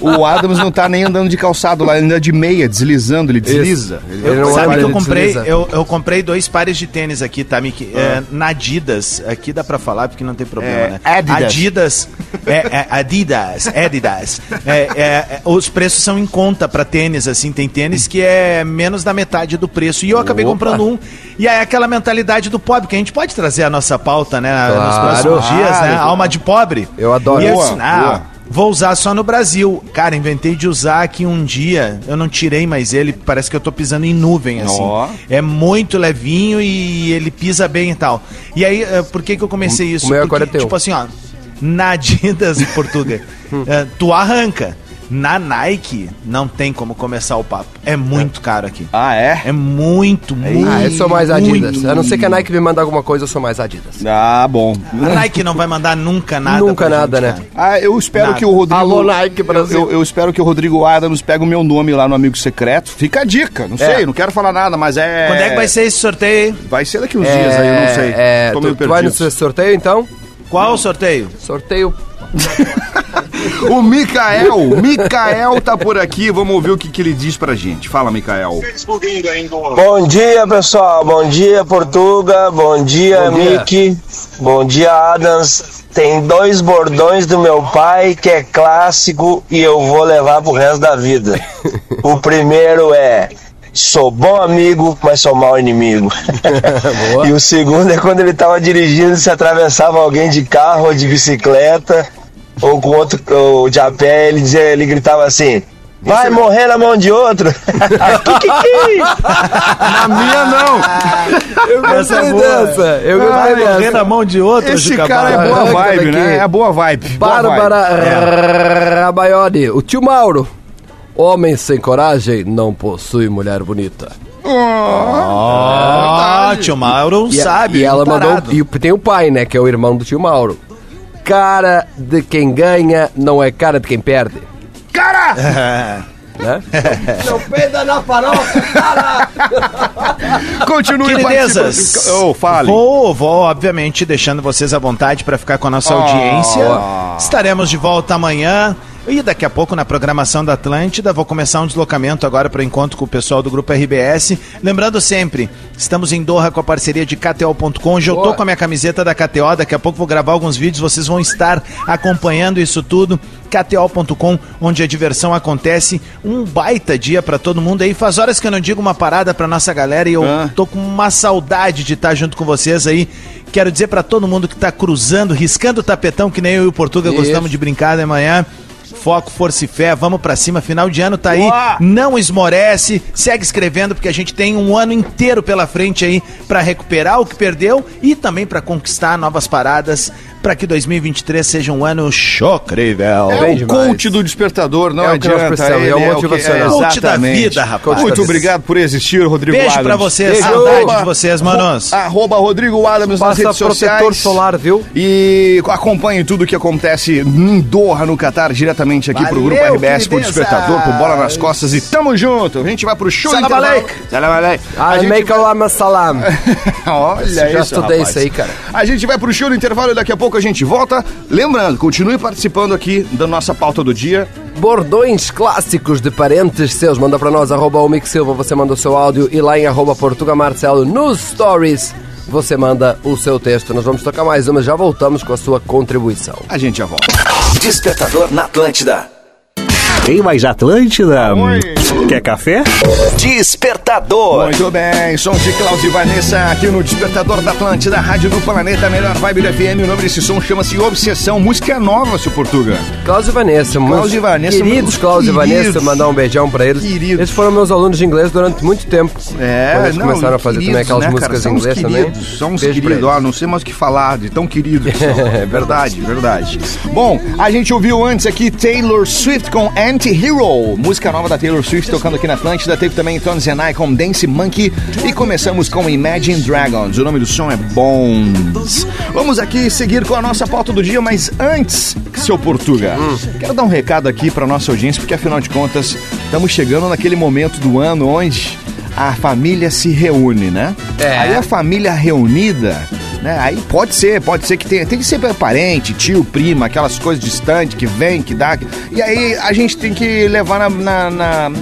Speaker 2: O, o Adams não tá nem andando de calçado lá, ele anda de meia, deslizando, ele desliza. Ele- é um
Speaker 4: Ele não
Speaker 5: Sabe
Speaker 4: anda,
Speaker 5: que eu
Speaker 4: ele
Speaker 5: comprei,
Speaker 4: desliza.
Speaker 5: eu, eu comprei dois pares de tênis aqui, tá, Miki? É, na Adidas, aqui dá pra falar porque não tem problema,
Speaker 2: Ah. É,
Speaker 5: né?
Speaker 2: Adidas.
Speaker 5: Adidas, é, é, Adidas, Adidas. É, é, é, os preços são em conta pra tênis, assim, tem tênis que é menos da metade do preço. E eu acabei comprando um. E aí aquela mentalidade do pobre, que a gente pode trazer a nossa pauta, né, nos
Speaker 4: Claro.
Speaker 5: próximos dias, né?
Speaker 2: Claro. Ah,
Speaker 5: Alma de pobre.
Speaker 4: Eu adoro.
Speaker 5: E
Speaker 4: Boa,
Speaker 5: assim, ah,
Speaker 2: boa.
Speaker 5: Vou usar só no Brasil. Cara, inventei de usar aqui um dia. Eu não tirei mais ele, parece que eu tô pisando em nuvem, assim.
Speaker 2: Ó.
Speaker 5: É muito levinho e ele pisa bem e tal. E aí, eh, por que que eu comecei isso?
Speaker 4: meu
Speaker 5: Porque,
Speaker 4: agora é teu.
Speaker 5: Tipo assim, ó, na Adidas em Portugal, eh, tu arranca. Na Nike, não tem como começar o papo. É muito caro aqui.
Speaker 2: Ah, é?
Speaker 5: É muito, muito.
Speaker 4: Ah, eu sou mais Adidas.
Speaker 5: muito.
Speaker 4: A não ser que a Nike me manda alguma coisa, eu sou mais Adidas.
Speaker 2: Ah, bom.
Speaker 5: A Nike não vai mandar nunca nada.
Speaker 4: Nunca
Speaker 5: pra gente,
Speaker 4: nada, né?
Speaker 5: cara.
Speaker 2: Ah, eu espero
Speaker 5: Nada.
Speaker 2: que o Rodrigo.
Speaker 4: Alô, Nike,
Speaker 2: eu,
Speaker 4: Brasil.
Speaker 2: eu- eu espero que o Rodrigo Adams pegue o meu nome lá no Amigo Secreto. Fica a dica. Não sei, não quero falar nada, mas é.
Speaker 5: Quando é que vai ser esse sorteio? hein?
Speaker 2: Vai ser daqui uns dias aí, eu não sei.
Speaker 4: É,
Speaker 2: Tô
Speaker 4: tu,
Speaker 2: meio
Speaker 4: tu vai no
Speaker 2: perdido.
Speaker 4: seu sorteio, então?
Speaker 5: Qual o sorteio?
Speaker 4: Sorteio.
Speaker 2: O Mikael, Mikael tá por aqui, vamos ouvir o que, que ele diz pra gente. Fala, Mikael.
Speaker 8: Bom dia, pessoal. Bom dia, Portuga. Bom dia,
Speaker 4: Bom dia.
Speaker 8: Mickey. Bom dia, Adams. Tem dois bordões do meu pai que é clássico e eu vou levar pro resto da vida. O primeiro é sou bom amigo, mas sou mau inimigo.
Speaker 4: Boa.
Speaker 8: e o segundo é quando ele tava dirigindo, se atravessava alguém de carro ou de bicicleta ou com outro ou de a pé, ele dizia, ele gritava assim:
Speaker 4: é
Speaker 8: Vai morrer na mão de outro.
Speaker 2: A minha não!
Speaker 4: Eu
Speaker 5: Essa é
Speaker 4: gostei
Speaker 5: boa.
Speaker 4: dessa. Eu
Speaker 2: Ah,
Speaker 4: gostei
Speaker 5: Correr
Speaker 4: dessa.
Speaker 5: na mão de outro,
Speaker 2: Esse
Speaker 5: Juca
Speaker 2: cara é
Speaker 5: Barra.
Speaker 2: boa
Speaker 4: Caraca,
Speaker 2: vibe, né?
Speaker 4: daqui.
Speaker 2: É boa vibe. boa vibe. É.
Speaker 4: Bárbara Rabaioli. O tio Mauro. Homem sem coragem não possui mulher bonita.
Speaker 5: Ó, tio
Speaker 2: é
Speaker 5: Mauro
Speaker 4: E a-
Speaker 5: sabe.
Speaker 4: E
Speaker 2: Tá
Speaker 4: ela
Speaker 5: um
Speaker 4: mandou.
Speaker 5: tarado.
Speaker 4: E tem o pai, né? Que é o irmão do tio Mauro. Cara de quem ganha não é cara de quem perde.
Speaker 2: Cara!
Speaker 4: Né?
Speaker 2: Continue
Speaker 5: Queridezas,
Speaker 2: participando. Oh, fale.
Speaker 5: Vou, vou, obviamente, deixando vocês à vontade para ficar com
Speaker 2: Ah.
Speaker 5: a nossa audiência. Estaremos de volta amanhã. E daqui a pouco, na programação da Atlântida, vou começar um deslocamento agora para o encontro com o pessoal do Grupo RBS. Lembrando sempre, estamos em Doha com a parceria de KTO.com. Hoje eu tô
Speaker 4: Boa.
Speaker 5: com a minha camiseta da KTO. Daqui a pouco vou gravar alguns vídeos, vocês vão estar acompanhando isso tudo. KTO.com, onde a diversão acontece. Um baita dia para todo mundo aí. Faz horas que eu não digo uma parada para nossa galera e eu
Speaker 2: Ah.
Speaker 5: tô com uma saudade de estar junto com vocês aí. Quero dizer para todo mundo que tá cruzando, riscando o tapetão, que nem eu e o Portuga
Speaker 4: Isso.
Speaker 5: gostamos de brincar de manhã. Foco, força e fé, vamos pra cima, final de ano tá aí, não esmorece, segue escrevendo porque a gente tem um ano inteiro pela frente aí pra recuperar o que perdeu e também pra conquistar novas paradas, pra que 2023 seja um ano chocrível.
Speaker 2: É
Speaker 4: Bem
Speaker 2: o
Speaker 4: demais.
Speaker 2: coach do despertador, não
Speaker 4: É o que nós
Speaker 2: adianta.
Speaker 4: precisamos,
Speaker 2: ele
Speaker 4: é o
Speaker 2: o que-
Speaker 4: motivacional.
Speaker 5: Coach da
Speaker 2: exatamente.
Speaker 5: vida, rapaz.
Speaker 2: Muito obrigado por existir, Rodrigo
Speaker 5: Beijo
Speaker 2: Adams.
Speaker 5: pra vocês,
Speaker 2: Beijo.
Speaker 5: saudade
Speaker 2: Arroba-
Speaker 5: de vocês, manos.
Speaker 2: Arroba Rodrigo Adams nas
Speaker 4: Passa
Speaker 2: redes
Speaker 4: protetor
Speaker 2: sociais.
Speaker 4: solar, viu?
Speaker 2: E acompanhe tudo o que acontece em Doha, no Catar, diretamente aqui pro
Speaker 5: Valeu,
Speaker 2: Grupo RBS, pro
Speaker 5: queridezas!
Speaker 2: Despertador, pro Bola nas Costas. E tamo junto. A gente vai pro show
Speaker 5: Salam
Speaker 2: intervalo.
Speaker 5: aleikum.
Speaker 2: Salam aleikum. A
Speaker 4: I
Speaker 2: gente
Speaker 4: make
Speaker 2: vai-
Speaker 4: a salam.
Speaker 2: Olha isso,
Speaker 4: Já estudei
Speaker 2: rapaz.
Speaker 4: isso aí, cara.
Speaker 2: A gente vai pro show no intervalo e daqui a pouco a gente volta. Lembrando, continue participando aqui da nossa pauta do dia.
Speaker 4: Bordões clássicos de parentes seus. Manda pra nós, arroba o Mick Silva, você manda o seu áudio. E lá em arroba Portuga Marcelo, nos stories, você manda o seu texto. Nós vamos tocar mais uma, já voltamos com a sua contribuição.
Speaker 2: A gente já volta.
Speaker 3: Despertador na Atlântida.
Speaker 1: Tem mais Atlântida?
Speaker 2: Oi.
Speaker 1: Quer café?
Speaker 3: Despertador.
Speaker 2: Muito bem, som de Cláudio e Vanessa aqui no Despertador da Atlântida, Rádio do Planeta, a melhor vibe do FM. O nome desse som chama-se Obsessão, música nova, seu Portuga.
Speaker 4: Cláudio e Vanessa, meus
Speaker 2: Cláudio e Vanessa,
Speaker 4: queridos
Speaker 2: meus
Speaker 4: Cláudio e
Speaker 2: queridos.
Speaker 4: Vanessa, mandar um beijão pra eles.
Speaker 2: Queridos.
Speaker 4: Eles foram meus alunos de inglês durante muito tempo.
Speaker 2: É,
Speaker 4: assim. Quando eles
Speaker 2: não,
Speaker 4: começaram a fazer
Speaker 2: queridos,
Speaker 4: também aquelas
Speaker 2: né, cara?
Speaker 4: músicas
Speaker 2: São
Speaker 4: em
Speaker 2: uns
Speaker 4: inglês
Speaker 2: queridos,
Speaker 4: também.
Speaker 2: São uns
Speaker 4: Beijo pra
Speaker 2: queridos,
Speaker 4: eles.
Speaker 2: ó, não sei mais o que falar de tão queridos que são. é verdade, verdade. Bom, a gente ouviu antes aqui Taylor Swift com Anti-Hero, música nova da Taylor Swift tocando aqui na Atlântida. Teve também Tony Zenai com Dance Monkey e começamos com Imagine Dragons. O nome do som é Bones. Vamos aqui seguir com a nossa pauta do dia, mas antes, seu Portuga, quero dar um recado aqui para nossa audiência, porque afinal de contas, estamos chegando naquele momento do ano onde a família se reúne, né?
Speaker 4: É.
Speaker 2: Aí a família reunida, né? Aí pode ser, pode ser que tenha. Tem que ser parente, tio, prima, aquelas coisas distantes que vem, que dá. E aí a gente tem que levar na. na, na-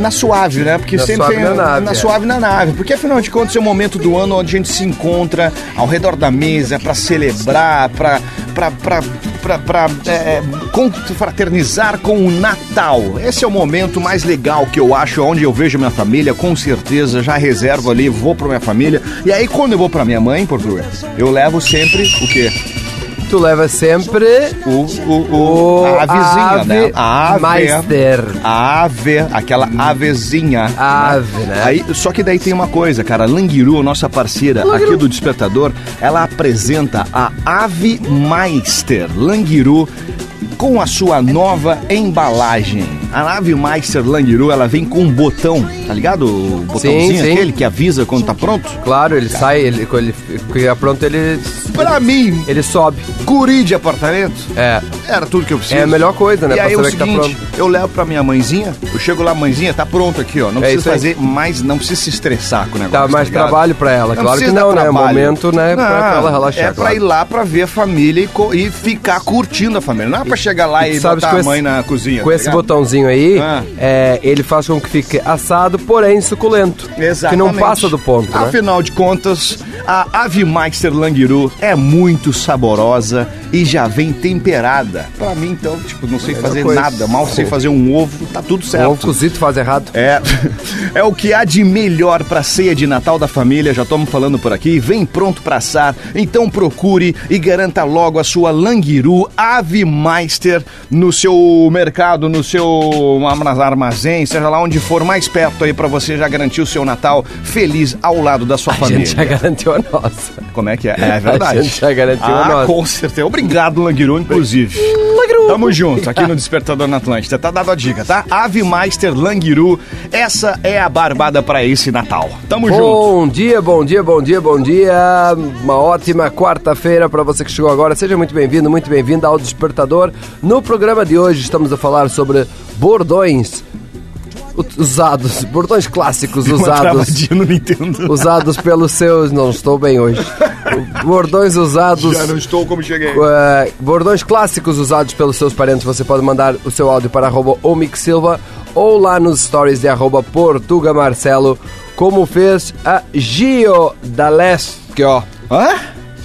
Speaker 2: na suave, né? Porque
Speaker 4: Na
Speaker 2: sempre
Speaker 4: suave
Speaker 2: tem
Speaker 4: na nave, é.
Speaker 2: suave na nave. Porque afinal de contas é o momento do ano onde a gente se encontra ao redor da mesa pra celebrar, pra pra pra pra- pra, é, é, confraternizar com o Natal. Esse é o momento mais legal que eu acho, é onde eu vejo minha família, com certeza. Já reservo ali, vou pra minha família. E aí quando eu vou pra minha mãe, Portugal, eu levo sempre o quê?
Speaker 4: Tu leva sempre
Speaker 2: O, o, o-
Speaker 4: o
Speaker 2: a avezinha,
Speaker 4: ave
Speaker 2: né? A ave.
Speaker 4: Meister.
Speaker 2: A ave, aquela avezinha.
Speaker 4: Ave, né?
Speaker 2: Aí, só que daí tem uma coisa, cara. Langiru, nossa parceira aqui do Despertador, ela apresenta a Ave Meister Langiru com a sua nova embalagem. A nave Meister Langiru, ela vem com um botão, tá ligado? O botãozinho
Speaker 4: sim.
Speaker 2: aquele que avisa quando tá pronto.
Speaker 4: Claro, ele sai, ele, quando ele fica pronto, ele,
Speaker 2: Pra mim,
Speaker 4: ele sobe.
Speaker 2: guri de apartamento,
Speaker 4: É,
Speaker 2: era tudo que eu preciso.
Speaker 4: é a melhor coisa, né?
Speaker 2: E
Speaker 4: pra
Speaker 2: aí é o
Speaker 4: saber que tá
Speaker 2: seguinte,
Speaker 4: pronto.
Speaker 2: eu levo pra minha mãezinha, eu chego lá, mãezinha, tá pronto aqui, ó. Não
Speaker 4: É
Speaker 2: precisa
Speaker 4: isso aí.
Speaker 2: fazer mais, não precisa se estressar com o negócio. tá
Speaker 4: Dá mais
Speaker 2: ligado?
Speaker 4: trabalho pra ela, claro que
Speaker 2: precisa dar
Speaker 4: não, né? É
Speaker 2: trabalho.
Speaker 4: momento, né, pra- pra ela relaxar,
Speaker 2: É pra
Speaker 4: claro.
Speaker 2: ir lá pra ver a família e, co- e ficar curtindo a família. Não é pra chegar lá
Speaker 4: e
Speaker 2: e,
Speaker 4: tu sabes
Speaker 2: botar
Speaker 4: com
Speaker 2: a
Speaker 4: esse-
Speaker 2: mãe na cozinha.
Speaker 4: Com
Speaker 2: tá
Speaker 4: esse
Speaker 2: ligado?
Speaker 4: botãozinho aí,
Speaker 2: Ah.
Speaker 4: é, ele faz com que fique assado, porém suculento. Que
Speaker 2: Exatamente.
Speaker 4: não passa do ponto, né?
Speaker 2: Afinal de contas, a Ave Meister Langiru é muito saborosa e já vem temperada. Pra mim, então, tipo, não sei fazer
Speaker 4: coisa.
Speaker 2: nada, mal sei fazer um ovo, tá tudo certo.
Speaker 4: Ou cozido faz errado.
Speaker 2: É, é o que há de melhor para ceia de Natal da família, já estamos falando por aqui, vem pronto para assar, então procure e garanta logo a sua Languiru Ave Meister no seu mercado, no seu nas armazém, seja lá onde for mais perto aí para você já garantir o seu Natal feliz ao lado da sua
Speaker 4: A
Speaker 2: família.
Speaker 4: gente já garantiu a nossa.
Speaker 2: Como é que é? É verdade.
Speaker 4: A gente já garantiu a
Speaker 2: ah,
Speaker 4: nossa.
Speaker 2: com certeza. Obrigado, Langiru, inclusive. Langiru. Tamo junto aqui no Despertador na Atlântida. Tá dado a dica, tá? Ave Meister Langiru, essa é a barbada pra esse Natal. Tamo junto.
Speaker 4: Bom dia, bom dia, bom dia, bom dia. Uma ótima quarta-feira para você que chegou agora. Seja muito bem-vindo, muito bem-vinda ao Despertador. No programa de hoje estamos a falar sobre bordões ut- usados, bordões clássicos
Speaker 2: Uma
Speaker 4: usados.
Speaker 2: travadinha no Nintendo.
Speaker 4: Usados pelos seus. Não estou bem hoje. Bordões usados.
Speaker 2: Já não estou como cheguei.
Speaker 4: Eh, bordões clássicos usados pelos seus parentes, você pode mandar o seu áudio para arroba Omic Silva ou lá nos stories de arroba Portuga Marcelo, como fez a Gio da Leste, ó.
Speaker 2: Hã?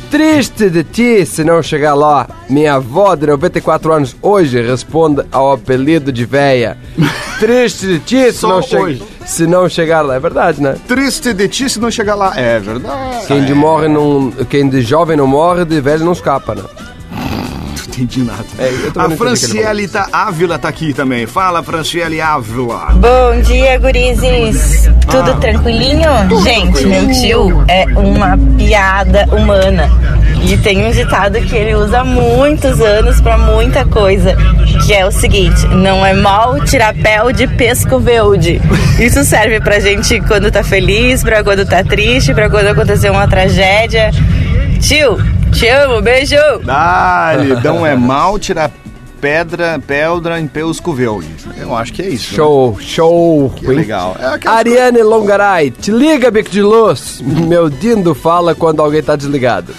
Speaker 4: Triste de ti se não chegar lá. Minha avó de 94 anos hoje responde ao apelido de véia. Triste de ti se,
Speaker 2: Só
Speaker 4: não, che-
Speaker 2: hoje.
Speaker 4: se não chegar lá. É verdade, né?
Speaker 2: Triste de ti se não chegar lá. É verdade.
Speaker 4: Quem de, morre não, quem de jovem não morre, de velho não escapa, né?
Speaker 2: Não entendi nada.
Speaker 4: É, eu também
Speaker 2: a
Speaker 4: não entendi o que ele
Speaker 2: Franciele tá, Ávila tá aqui também. Fala, Franciele Ávila.
Speaker 9: Bom dia, gurizes. Tudo tranquilinho? Gente, meu tio é uma piada humana. E tem um ditado que ele usa há muitos anos pra muita coisa, que é o seguinte: não é mal tirar pele de pesco verde. Isso serve pra gente quando tá feliz, pra quando tá triste, pra quando aconteceu uma tragédia. Tio, te amo, beijo.
Speaker 2: Dale, não é mal tirar pedra, pedra em peus covelhos. Eu acho que é isso. né?
Speaker 4: Show, show.
Speaker 2: Que legal. É aquelas
Speaker 4: Ariane Longaray, te liga, bico de luz. Meu dindo fala quando alguém tá desligado.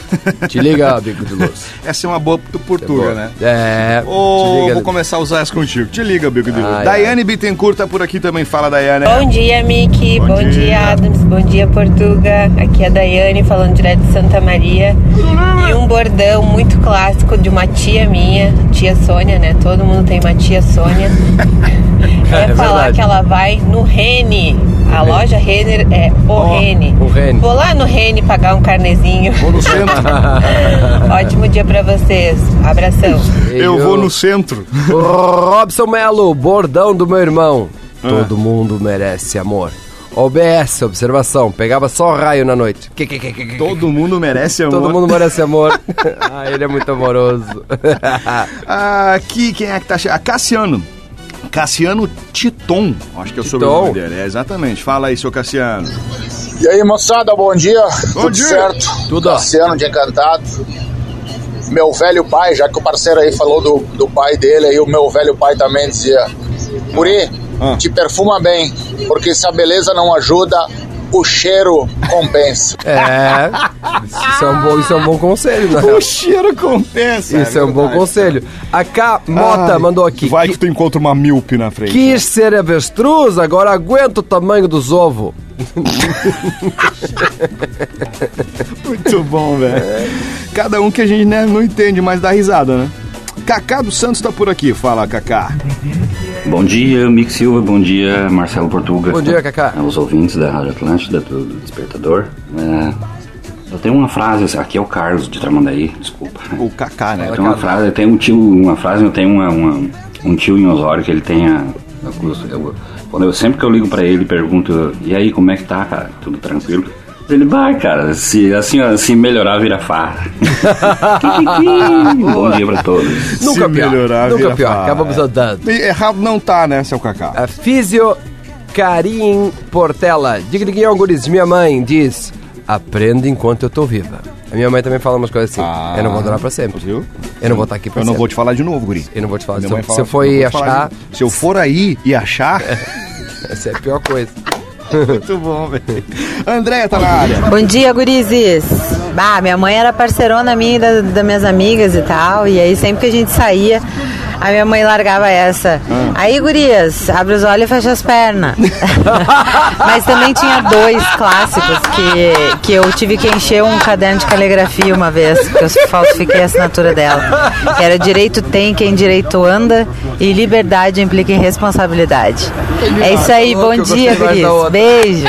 Speaker 4: Te liga, bico de luz.
Speaker 2: Essa é uma boa portuga, né?
Speaker 4: É.
Speaker 2: Ô,
Speaker 4: te liga.
Speaker 2: vou começar a usar essa contigo. Te liga, Bico de Luz.
Speaker 4: Ai,
Speaker 2: Daiane Bittencourt tá por aqui também. Fala, Daiane.
Speaker 9: Bom dia, Miki. Bom, dia. Adams. Bom dia, Portuga. Aqui é a Daiane falando direto de Santa Maria. E um bordão muito clássico de uma tia minha, tia Sônia, né? Todo mundo tem uma tia Sônia. É,
Speaker 4: É
Speaker 9: falar
Speaker 4: verdade.
Speaker 9: que ela vai no Rene. A loja Renner é o Rene.
Speaker 4: o Rene.
Speaker 9: Vou lá no Rene pagar um carnezinho.
Speaker 2: Vou no centro.
Speaker 9: Ótimo dia pra vocês. Abração.
Speaker 2: Eu vou no centro.
Speaker 4: Robson Melo, bordão do meu irmão.
Speaker 2: Ah.
Speaker 4: Todo mundo merece amor. OBS, observação. Pegava só raio na noite. Que, que, que, que, que.
Speaker 2: Todo mundo merece amor.
Speaker 4: Todo mundo merece amor. ah, ele é muito amoroso.
Speaker 2: Aqui, quem é que tá chegando? Cassiano. Cassiano Titon. Acho que é o
Speaker 4: Titon.
Speaker 2: sobrenome dele. É, exatamente. Fala aí, seu Cassiano.
Speaker 10: E aí, moçada, bom dia. Tudo
Speaker 2: dia.
Speaker 10: certo?
Speaker 4: Tudo.
Speaker 10: Oceano de Encantado. Meu velho pai, já que o parceiro aí falou do, do pai dele, aí o meu velho pai também dizia: Muri,
Speaker 2: Ah.
Speaker 10: te perfuma bem, porque se a beleza não ajuda, o cheiro compensa.
Speaker 4: É. Isso é um bom, isso é um bom conselho, né?
Speaker 2: O cheiro compensa.
Speaker 4: Isso é um bom
Speaker 2: verdade.
Speaker 4: conselho. A K Mota
Speaker 2: Ai,
Speaker 4: mandou aqui.
Speaker 2: Vai
Speaker 4: "Qui-
Speaker 2: que tu encontra uma milpe na frente.
Speaker 4: Quis ser avestruz, agora aguenta o tamanho dos ovos.
Speaker 2: Muito bom, velho. Cada um que a gente né, não entende, mas dá risada, né? Cacá dos Santos tá por aqui, fala Cacá.
Speaker 8: Bom dia, Mick Silva. Bom dia, Marcelo Portuga.
Speaker 4: Bom dia, Cacá.
Speaker 8: Aos ouvintes da Rádio Atlântida, do Despertador. É, eu tenho uma frase, aqui é o Carlos de Tramandaí, desculpa.
Speaker 2: O Cacá, né?
Speaker 8: Eu tenho uma frase, eu tenho um tio, uma frase, eu tenho uma- uma- um tio em Osório que ele tem a. eu- eu- quando eu, sempre que eu ligo pra ele e pergunto, e aí, como é que tá, cara? Tudo tranquilo?
Speaker 11: Ele, bah, cara, se, assim, ó, se melhorar, vira farra. Bom dia pra todos.
Speaker 4: Nunca
Speaker 2: Se
Speaker 4: pior.
Speaker 2: melhorar,
Speaker 4: nunca
Speaker 2: vira
Speaker 4: pior.
Speaker 2: farra.
Speaker 4: Acabamos andando.
Speaker 2: E Errado não tá, né, seu Cacá?
Speaker 4: A Físio Karim Portela. Digniguinho Guriz, minha mãe diz: aprenda enquanto eu tô viva. A minha mãe também fala umas coisas assim.
Speaker 2: Ah,
Speaker 4: eu não vou durar pra sempre.
Speaker 2: viu?
Speaker 4: Eu não vou estar aqui pra
Speaker 2: Eu
Speaker 4: sempre.
Speaker 2: não vou te falar de novo, guri.
Speaker 4: Eu não vou te falar.
Speaker 2: Minha
Speaker 4: assim, Se eu,
Speaker 2: mãe fala,
Speaker 4: se eu for
Speaker 2: "Não vou te falar
Speaker 4: achar,
Speaker 2: de novo." Se eu for aí e achar...
Speaker 4: essa é a pior coisa.
Speaker 2: Muito bom, velho. Andréia tá na área.
Speaker 9: Bom dia, gurizes. Bah, minha mãe era parceirona minha e da, das minhas amigas e tal. E aí sempre que a gente saía, a minha mãe largava essa.
Speaker 4: Ah.
Speaker 9: Aí, gurias, abre os olhos e fecha as pernas. Mas também tinha dois clássicos que, que eu tive que encher um caderno de caligrafia uma vez, porque eu falsifiquei a assinatura dela. Que era direito tem quem direito anda e liberdade implica em responsabilidade. É isso aí,
Speaker 4: falou
Speaker 9: bom
Speaker 4: que eu gostei
Speaker 9: dia,
Speaker 4: mais da
Speaker 9: gurias.
Speaker 4: outra.
Speaker 9: Beijo.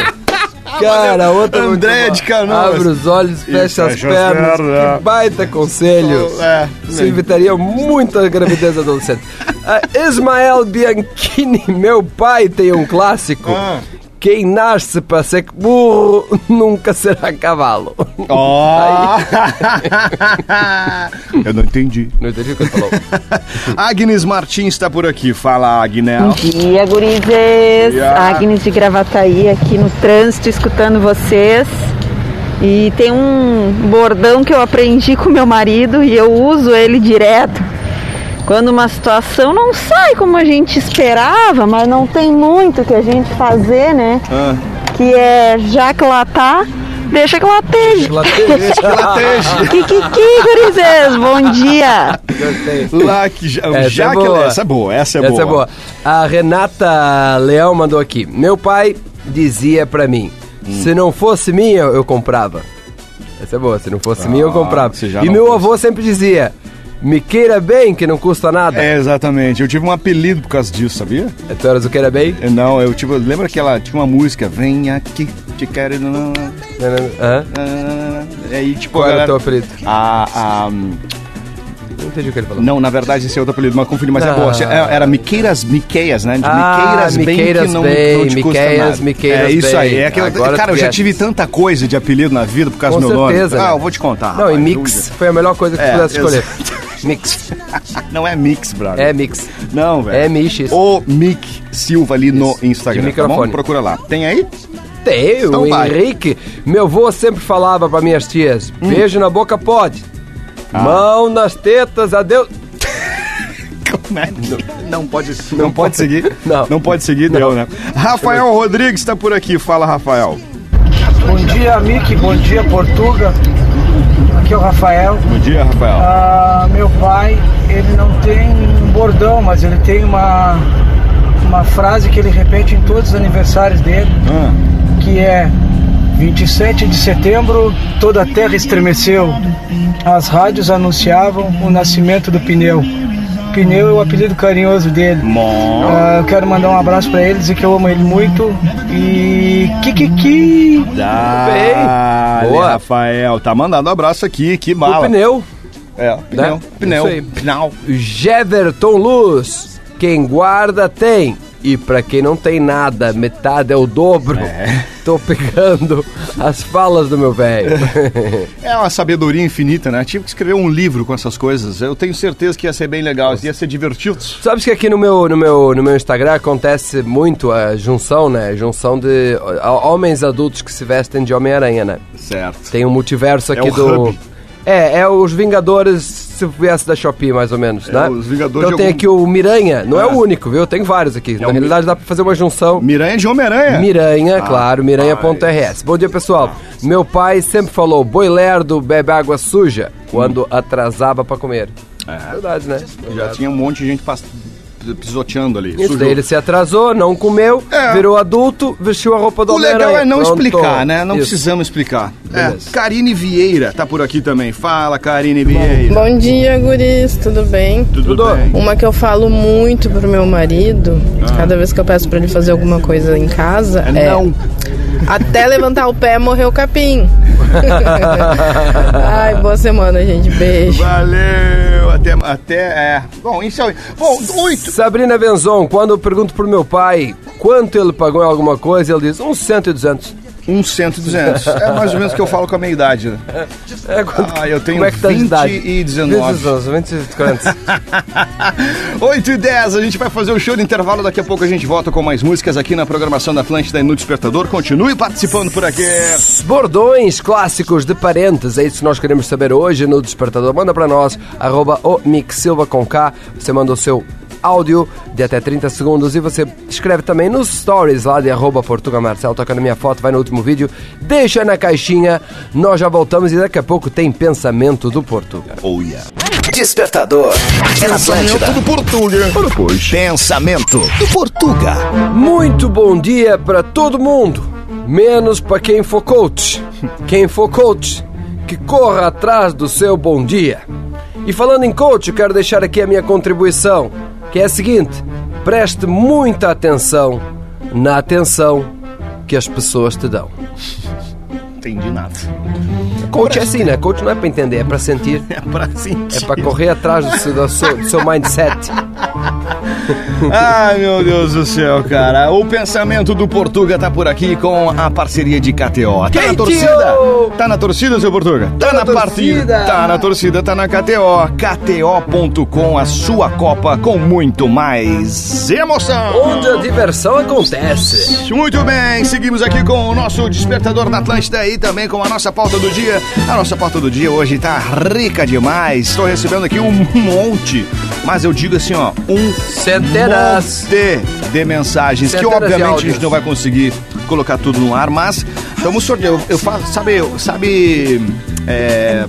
Speaker 4: Cara, outra.
Speaker 2: Andréia Ah,
Speaker 4: muito
Speaker 2: de
Speaker 4: boa.
Speaker 2: Canoas. é
Speaker 4: Abre os olhos, fecha as
Speaker 2: fecha as
Speaker 4: pernas.
Speaker 2: pernas.
Speaker 4: Que baita conselho.
Speaker 2: É,
Speaker 4: Isso evitaria muita gravidez adolescente. Ah, Ismael Bianchini, meu pai, tem um clássico.
Speaker 2: Ah.
Speaker 4: Quem nasce para ser burro nunca será cavalo.
Speaker 2: Ó! Eu não entendi.
Speaker 4: Não entendi o que ele falou.
Speaker 2: Agnes Martins tá por aqui. Fala,
Speaker 9: Bom
Speaker 2: Agnel.
Speaker 9: dia, gurizes.
Speaker 2: dia.
Speaker 9: Agnes de Gravataí aqui no trânsito escutando vocês. E tem um bordão que eu aprendi com meu marido e eu uso ele direto. Quando uma situação não sai como a gente esperava, mas não tem muito o que a gente fazer, né? Que é já que ela tá, deixa que ela tá. esteja. Que que que, gurizes? Bom dia.
Speaker 2: Lá que já,
Speaker 4: Essa é
Speaker 2: já que
Speaker 4: boa.
Speaker 2: ela, essa é boa, essa é boa.
Speaker 4: Essa é boa. A Renata Leão mandou aqui. Meu pai dizia pra mim,
Speaker 2: Hum.
Speaker 4: se não fosse minha, eu comprava. Essa é boa, se não fosse minha, eu comprava.
Speaker 2: se Ah, já
Speaker 4: E
Speaker 2: não
Speaker 4: meu
Speaker 2: fosse.
Speaker 4: avô sempre dizia, me queira bem, que não custa nada.
Speaker 2: É, exatamente. Eu tive um apelido por causa disso, sabia?
Speaker 4: Tu eras o queira bem?
Speaker 2: Eu Não, eu tipo, lembra aquela, tinha uma música, vem aqui, te quero. não, não, não,
Speaker 4: Hã?
Speaker 2: não, não". E aí, tipo,
Speaker 4: Qual
Speaker 2: a
Speaker 4: era o
Speaker 2: galera-
Speaker 4: teu apelido?
Speaker 2: a, a-
Speaker 4: Não entendi o que ele falou.
Speaker 2: Não, na verdade esse é outro apelido, mas confundi, mas é
Speaker 4: Ah.
Speaker 2: boa. É- Era Miqueiras, Miqueias, né? De Miqueiras
Speaker 4: Ah,
Speaker 2: bem
Speaker 4: Miqueiras
Speaker 2: que não,
Speaker 4: bem,
Speaker 2: não te custa
Speaker 4: Miqueiras,
Speaker 2: nada.
Speaker 4: Miqueiras
Speaker 2: É isso
Speaker 4: bem.
Speaker 2: aí. É aquela,
Speaker 4: Agora
Speaker 2: cara, eu
Speaker 4: tu
Speaker 2: já
Speaker 4: vieste.
Speaker 2: tive tanta coisa de apelido na vida por causa
Speaker 4: Com
Speaker 2: do meu
Speaker 4: certeza.
Speaker 2: nome.
Speaker 4: né?
Speaker 2: Ah, eu vou te contar.
Speaker 4: Não, e
Speaker 2: rapaz,
Speaker 4: mix
Speaker 2: jura.
Speaker 4: foi a melhor coisa que
Speaker 2: É,
Speaker 4: tu pudesse escolher.
Speaker 2: exato.
Speaker 4: mix.
Speaker 2: Não é Mix, brother.
Speaker 4: É mix.
Speaker 2: Não, velho.
Speaker 4: É Mix.
Speaker 2: O Mick Silva ali no Instagram.
Speaker 4: de
Speaker 2: tá bom?
Speaker 4: microfone.
Speaker 2: Procura lá. Tem aí?
Speaker 4: Tem,
Speaker 2: Então
Speaker 4: o
Speaker 2: vai. Hum.
Speaker 4: Henrique. Meu vô sempre falava pra minhas tias: beijo na boca pode.
Speaker 2: Ah.
Speaker 4: Mão nas tetas, adeus.
Speaker 2: Como é que- Não pode, não pode seguir.
Speaker 4: Não.
Speaker 2: não pode seguir, deu, né? Rafael Rodrigues tá por aqui. Fala, Rafael.
Speaker 12: Bom dia, Mick. Bom dia, Portuga. Aqui é o Rafael.
Speaker 2: Bom dia, Rafael.
Speaker 12: Ah, meu pai, ele não tem um bordão, mas ele tem uma, uma frase que ele repete em todos os aniversários dele,
Speaker 2: Ah.
Speaker 12: que é 27 de setembro, toda a terra estremeceu. As rádios anunciavam o nascimento do pneu. Pneu é o apelido carinhoso dele.
Speaker 2: Mó.
Speaker 12: Ah, eu quero mandar um abraço pra ele, dizer que eu amo ele muito. E. Kikiki!
Speaker 2: Dale,
Speaker 4: Boa.
Speaker 2: Rafael, tá mandando um abraço aqui, que
Speaker 4: O
Speaker 2: mala.
Speaker 4: pneu.
Speaker 2: É, pneu,
Speaker 4: Né?
Speaker 2: pneu,
Speaker 4: Isso aí.
Speaker 2: pneu.
Speaker 4: Jeverton Luz. Quem guarda tem. E pra quem não tem nada, metade é o dobro. Tô pegando as falas do meu velho.
Speaker 2: É uma sabedoria infinita, né? Tive que escrever um livro com essas coisas. Eu tenho certeza que ia ser bem legal, ia ser divertido.
Speaker 4: Sabes que aqui no meu, no meu, no meu Instagram acontece muito a junção, né? Junção de ó, homens adultos que se vestem de Homem-Aranha, né?
Speaker 2: Certo.
Speaker 4: Tem um multiverso aqui
Speaker 2: o
Speaker 4: do.
Speaker 2: hub.
Speaker 4: É, é os Vingadores se viesse da Shopee, mais ou menos, né?
Speaker 2: É os Vingadores de
Speaker 4: Então tem
Speaker 2: algum-
Speaker 4: aqui o Miranha, não é.
Speaker 2: Ah.
Speaker 4: o único, viu? Tem vários aqui. Na
Speaker 2: um-
Speaker 4: realidade dá pra fazer uma junção.
Speaker 2: Miranha de Homem-Aranha.
Speaker 4: Miranha,
Speaker 2: Ah,
Speaker 4: claro, miranha.rs. Bom dia, pessoal. Meu pai sempre falou, boi lerdo bebe água suja, quando atrasava pra comer.
Speaker 2: É.
Speaker 4: Verdade, né?
Speaker 2: Já tinha um monte de gente pas- pisoteando ali.
Speaker 4: Isso
Speaker 2: Sujou.
Speaker 4: daí, ele se atrasou, não comeu,
Speaker 2: É.
Speaker 4: virou adulto, vestiu a roupa do
Speaker 2: O legal
Speaker 4: Homem-Aranha.
Speaker 2: é não
Speaker 4: Pronto.
Speaker 2: explicar, né? Não
Speaker 4: Isso.
Speaker 2: precisamos explicar.
Speaker 4: Beleza.
Speaker 2: É. Karine Vieira tá por aqui também. Fala, Karine Vieira.
Speaker 13: Bom dia, guris, tudo bem?
Speaker 2: Tudo, bem?
Speaker 13: Uma que eu falo muito pro meu marido, cada vez que eu peço pra ele fazer alguma coisa em casa, é,
Speaker 2: Não.
Speaker 13: até levantar o pé morreu o capim. Ai, boa semana, gente. Beijo.
Speaker 2: Valeu. Até. até é. Bom, isso é. Bom, oito.
Speaker 4: Sabrina Benzon, quando eu pergunto pro meu pai quanto ele pagou em alguma coisa, ele diz uns 100 e 200.
Speaker 2: Um cento e duzentos. É mais ou menos o que eu falo com a minha idade, né?
Speaker 4: É, quanto,
Speaker 2: Ah, eu tenho
Speaker 4: como é que tá a
Speaker 2: 20
Speaker 4: idade?
Speaker 2: e 19.
Speaker 4: 20 e 40.
Speaker 2: 8 e 10, a gente vai fazer o show de intervalo. Daqui a pouco a gente volta com mais músicas aqui na programação da Atlântida e no Despertador. Continue participando por aqui.
Speaker 4: Bordões clássicos de parentes, é isso que nós queremos saber hoje no Despertador. Manda para nós, arroba o Mick Silva com K. Você manda o seu áudio de até 30 segundos e você escreve também nos stories lá de arroba Portuga Marcel. Toca na minha foto, vai no último vídeo, deixa na caixinha. Nós já voltamos e daqui a pouco tem Pensamento do Portuga.
Speaker 2: Oh yeah.
Speaker 3: Despertador. É na Atlântida.
Speaker 2: do Portuga. Pensamento do Portuga.
Speaker 4: Muito bom dia para todo mundo, menos para quem for coach. Quem for coach, que corra atrás do seu bom dia. E falando em coach, eu quero deixar aqui a minha contribuição, que é a seguinte: preste muita atenção na atenção que as pessoas te dão.
Speaker 2: Entendi nada.
Speaker 4: Coach é assim, né? Coach não é para entender, é para sentir. É
Speaker 2: para sentir.
Speaker 4: É para correr atrás do seu, do seu- do seu mindset.
Speaker 2: Ai, meu Deus do céu, cara. O pensamento do Portuga tá por aqui com a parceria de KTO. Tá na
Speaker 4: Quem
Speaker 2: torcida? Tá na torcida, seu Portuga? Tá, na, partida. Tá na torcida, tá na KTO. KTO.com, a sua Copa com muito mais emoção.
Speaker 4: Onde a diversão acontece.
Speaker 2: Muito bem, seguimos aqui com o nosso despertador da Atlântida e também com a nossa pauta do dia. A nossa pauta do dia hoje tá rica demais. Estou recebendo aqui um monte, mas eu digo assim, ó, um
Speaker 4: Centenas.
Speaker 2: monte de mensagens que
Speaker 4: Centenas de
Speaker 2: obviamente a
Speaker 4: áudios.
Speaker 2: gente não vai conseguir colocar tudo no ar, mas vamos sortear. Eu, eu faço, sabe, eu- sabe é,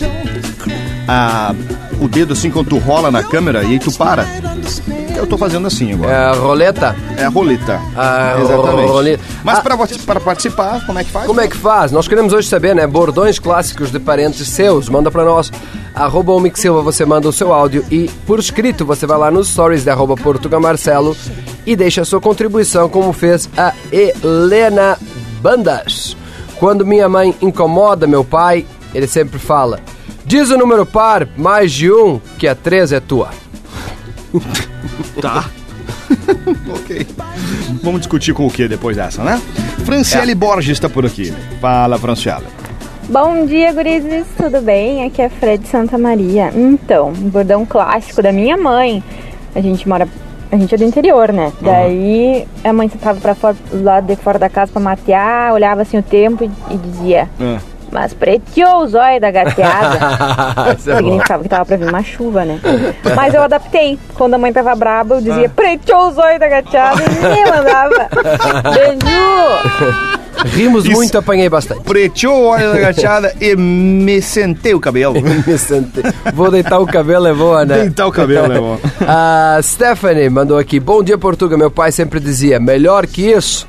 Speaker 2: a- o dedo assim quando tu rola na câmera e aí tu para. Eu tô fazendo assim
Speaker 4: É
Speaker 2: agora.
Speaker 4: a roleta?
Speaker 2: É a roleta.
Speaker 4: A
Speaker 2: Exatamente.
Speaker 4: roleta. Ah.
Speaker 2: Mas pra para, participar, como é que faz?
Speaker 4: Como é que faz? Nós queremos hoje saber, né? Bordões clássicos de parentes seus. Manda pra nós. Arroba o Mick Silva, você manda o seu áudio e por escrito você vai lá nos stories de arroba Portuga Marcelo e deixa a sua contribuição como fez a Helena Bandas. Quando minha mãe incomoda meu pai, ele sempre fala: diz o número par, mais de um, que a três é tua.
Speaker 2: Tá. ok. Vamos discutir com o que depois dessa, né?
Speaker 4: É.
Speaker 2: Franciele Borges está por aqui. Fala, Franciele.
Speaker 14: Bom dia, gurizes, tudo bem? Aqui é Fred Santa Maria. Então, um bordão clássico da minha mãe. A gente mora, a gente é do interior, né? Daí a mãe sentava para fora, lá de fora da casa para matear, olhava assim o tempo e, e dizia: "Mas preteou os olhos da gateada".
Speaker 15: Isso é bom.
Speaker 14: Significava que tava pra vir uma chuva, né? Mas eu adaptei. Quando a mãe tava braba, eu dizia, preteou os olhos da gateada e ninguém mandava. Beijo!
Speaker 4: Rimos muito, apanhei bastante.
Speaker 2: Preteou o olho da gateada e me sentei o cabelo.
Speaker 4: me sentei. Vou deitar o cabelo, é boa, né?
Speaker 2: Deitar o cabelo é bom.
Speaker 4: A Stephanie mandou aqui. Bom dia, Portuga. Meu pai sempre dizia, melhor que isso,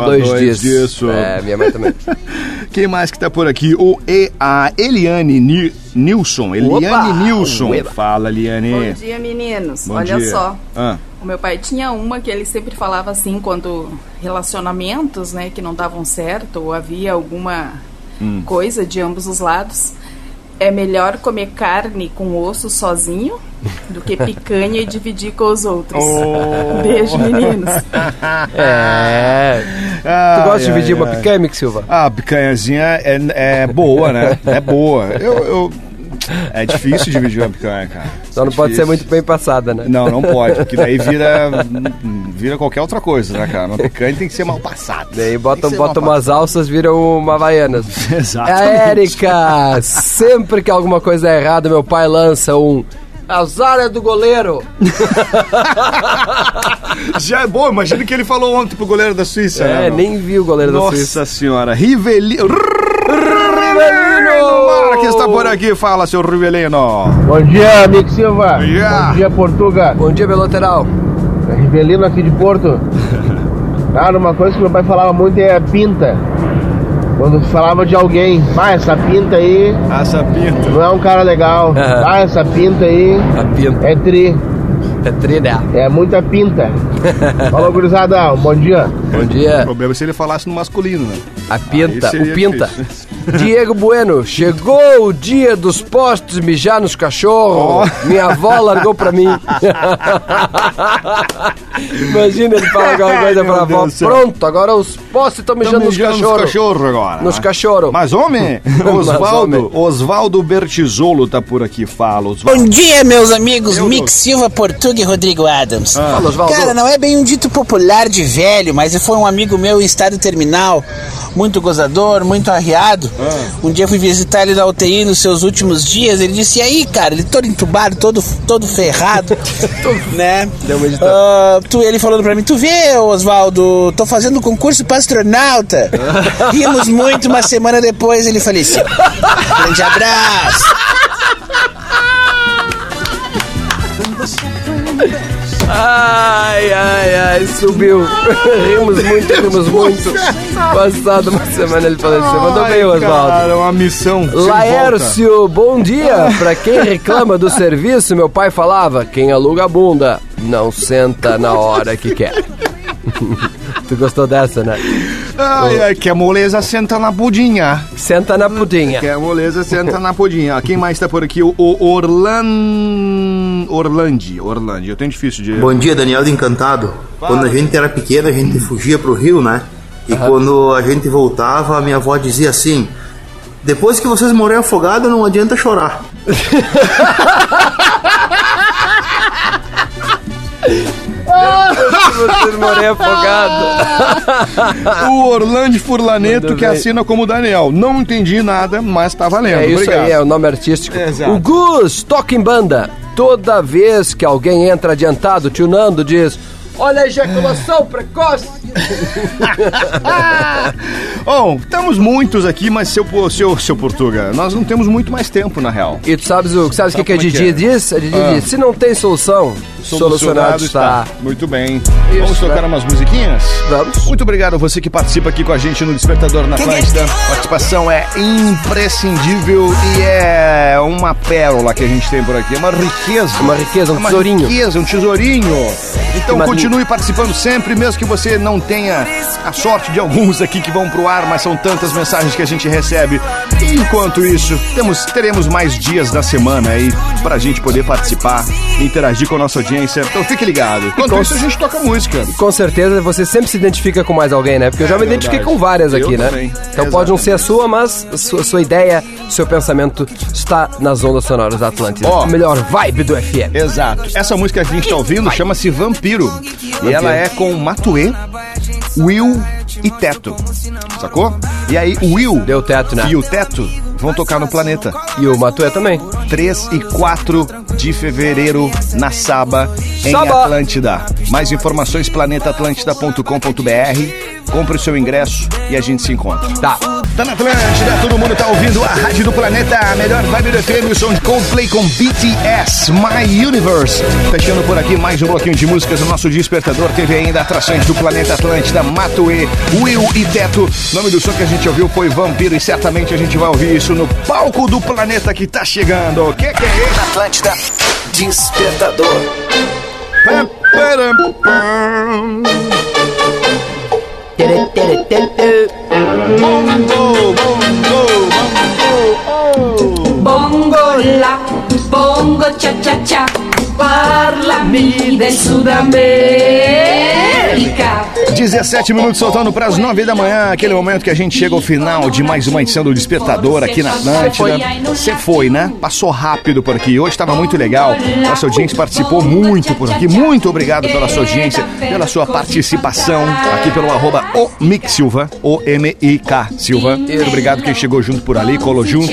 Speaker 2: Só
Speaker 4: dois,
Speaker 2: dois
Speaker 4: dias.
Speaker 2: disso.
Speaker 4: É, minha mãe também.
Speaker 2: Quem mais que tá por aqui? O e a Eliane Ni- Nilson. Eliane
Speaker 16: Opa!
Speaker 2: Nilson.
Speaker 16: Ueba.
Speaker 2: Fala, Eliane.
Speaker 16: Bom dia, meninos.
Speaker 2: Bom
Speaker 16: Olha
Speaker 2: dia.
Speaker 16: só.
Speaker 2: Ah.
Speaker 16: O meu pai tinha uma que ele sempre falava assim quando relacionamentos, né, que não davam certo ou havia alguma
Speaker 17: Hum.
Speaker 16: coisa de ambos os lados, é melhor comer carne com osso sozinho do que picanha e dividir com os outros. Beijo, meninos.
Speaker 4: É. tu gosta de
Speaker 2: ai,
Speaker 4: dividir uma
Speaker 2: ai.
Speaker 4: picanha, Mick Silva?
Speaker 2: Ah, a picanhazinha é, é boa, né? É boa. Eu, eu- É difícil dividir uma picanha, cara. É
Speaker 4: Só não pode ser muito bem passada, né?
Speaker 2: Não, não pode, porque daí vira, vira qualquer outra coisa, né, cara? Uma picanha tem que ser mal passada.
Speaker 4: Daí bota, um
Speaker 2: ser
Speaker 4: bota
Speaker 2: uma
Speaker 4: umas alças, viram uma havaianas.
Speaker 2: Exatamente.
Speaker 4: A Érica, sempre que alguma coisa é errada, meu pai lança um... As áreas do goleiro.
Speaker 2: Já é bom, imagina o que ele falou ontem pro goleiro da Suíça.
Speaker 4: É,
Speaker 2: né, meu?
Speaker 4: nem vi o goleiro
Speaker 2: Nossa
Speaker 4: da Suíça.
Speaker 2: senhora, Rivelino. Rivelino Marques está por aqui, fala, seu Rivelino.
Speaker 18: Bom dia, Mick Silva.
Speaker 2: Bom dia.
Speaker 18: Bom dia, Portuga.
Speaker 4: Bom dia, meu lateral.
Speaker 18: Rivelino aqui de Porto. Cara, uma coisa que meu pai falava muito é pinta. Quando falava de alguém, ah, essa pinta aí.
Speaker 2: Essa pinta.
Speaker 18: Não é um cara legal. Ah, essa pinta aí. É tri.
Speaker 4: É tri, né?
Speaker 18: É muita pinta. Falou, gurizada. Um Bom dia.
Speaker 4: Bom dia.
Speaker 2: O problema é se ele é falasse no masculino, né?
Speaker 4: A pinta,
Speaker 2: Aí seria
Speaker 4: o pinta.
Speaker 2: difícil.
Speaker 4: Diego Bueno, chegou o dia dos postes mijar nos cachorros. Minha avó largou pra mim. Imagina ele falar alguma coisa pra avó. Pronto, agora os postes estão
Speaker 2: Tão
Speaker 4: mijando nos
Speaker 2: mijando nos
Speaker 4: cachorros.
Speaker 2: cachorro agora. né?
Speaker 4: Nos cachorros.
Speaker 2: Mas, homem, Osvaldo, Osvaldo Bertizolo tá por aqui, fala, Osvaldo.
Speaker 15: Bom dia, meus amigos. Mick Silva, Portuga e Rodrigo Adams.
Speaker 2: Fala, Osvaldo.
Speaker 15: Cara, não é bem um dito popular de velho, mas foi um amigo meu em estado terminal, muito gozador, muito arriado. Um dia eu fui visitar ele na UTI nos seus últimos dias. Ele disse: E aí, cara, ele todo entubado, todo, todo ferrado, né? Ah, tu, ele falando pra mim: Tu vê, Osvaldo, tô fazendo um concurso pra astronauta. Rimos muito, uma semana depois ele faleceu. Grande abraço.
Speaker 4: Ai, ai, ai, subiu. Rimos muito, rimos muito. Passada uma semana ele faleceu. Mandou
Speaker 2: Ai,
Speaker 4: bem, Osvaldo.
Speaker 2: Cara, uma missão. sem
Speaker 4: Laércio, bom dia. Pra quem reclama do serviço, meu pai falava: quem aluga a bunda não senta na hora que quer. tu gostou dessa, né?
Speaker 2: volta. Ai, ai, que a moleza senta na budinha.
Speaker 4: Senta na pudinha.
Speaker 2: Que é a moleza senta na pudinha. Quem mais tá por aqui? O, o Orlan... Orlandi, Orlandi. Eu tenho difícil de...
Speaker 17: Bom dia, Daniel do Encantado. Quando a gente era pequeno, a gente fugia pro rio, né? E quando a gente voltava, a minha avó dizia assim: Depois que vocês morrerem afogados, não adianta chorar.
Speaker 4: Vocês
Speaker 2: é
Speaker 4: morei afogado.
Speaker 2: O Orlando Furlaneto
Speaker 4: Mandou
Speaker 2: que
Speaker 4: bem.
Speaker 2: assina como Daniel. Não entendi nada, mas tá valendo.
Speaker 4: É isso
Speaker 2: Obrigado.
Speaker 4: aí, é o nome artístico.
Speaker 2: Exato.
Speaker 4: O Gus toca em banda. Toda vez que alguém entra adiantado, tio Nando diz: Olha a ejaculação precoce.
Speaker 2: Bom, estamos muitos aqui, mas seu, po- seu, seu Portuga, nós não temos muito mais tempo, na real.
Speaker 4: E tu sabes o sabes o que,
Speaker 2: Sabe
Speaker 4: que a
Speaker 2: como é que
Speaker 4: Didi
Speaker 2: é?
Speaker 4: diz? A Didi
Speaker 2: Ah.
Speaker 4: diz: se não tem solução, solucionado está.
Speaker 2: Muito bem. Vamos tocar
Speaker 4: né?
Speaker 2: umas musiquinhas? Vamos. Muito obrigado a você que participa aqui com a gente no Despertador na Atlântida. A participação é imprescindível e é uma pérola que a gente tem por aqui. É uma riqueza. Uma
Speaker 4: riqueza, um
Speaker 2: uma
Speaker 4: tesourinho.
Speaker 2: riqueza, um tesourinho. Então
Speaker 4: Uma-
Speaker 2: continue participando sempre, mesmo que você não tenha a sorte de alguns aqui que vão pro ar, mas são tantas mensagens que a gente recebe. Enquanto isso, temos, teremos mais dias da semana aí pra gente poder participar, interagir com a nossa audiência. Então fique ligado. Enquanto isso, a gente toca música.
Speaker 4: Com certeza você sempre se identifica com mais alguém, né? Porque eu já me
Speaker 2: É verdade.
Speaker 4: identifiquei com várias aqui,
Speaker 2: Eu
Speaker 4: né?
Speaker 2: também.
Speaker 4: Então pode não ser a sua, mas a sua, sua ideia, seu pensamento está nas ondas sonoras da Atlântida.
Speaker 2: Ó.
Speaker 4: Melhor vibe do FM.
Speaker 2: Exato. Essa música que a gente tá ouvindo chama-se Vampiro. E
Speaker 4: Vampiro.
Speaker 2: ela é com Matuê, Will e Teto. Sacou? E aí, o Will.
Speaker 4: Deu teto, né?
Speaker 2: E o Teto vão tocar no planeta.
Speaker 4: E o Matuê também.
Speaker 2: 3 e 4 de fevereiro, na Saba, em
Speaker 4: Saba.
Speaker 2: Atlântida. Mais informações, planetaatlântida.com.br. Compre o seu ingresso e a gente se encontra.
Speaker 4: Tá.
Speaker 2: Tá na Atlântida, todo mundo tá ouvindo a Rádio do Planeta, a melhor vibe do FM, o som de Coldplay com BTS, My Universe. Fechando por aqui mais um bloquinho de músicas no nosso despertador, teve ainda atrações do Planeta Atlântida, Matuê, Will e Teto. O nome do som que a gente ouviu foi Vampiro e certamente a gente vai ouvir isso no palco do planeta que tá chegando. O que que é isso? Atlântida, despertador.
Speaker 19: Bongo, bongo, bongo, bongo la, bongo cha cha cha, parlami del Sudamérica.
Speaker 2: 17 minutos soltando para as 9 da manhã, aquele momento que a gente chega ao final de mais uma edição do Despertador aqui na Atlântida. Você foi, né? Passou rápido por aqui. Hoje estava muito legal. Nossa audiência participou muito por aqui. Muito obrigado pela sua audiência, pela sua participação aqui pelo arroba o Mick Silva, O-M-I-K Silva. Muito obrigado quem chegou junto por ali, colou junto.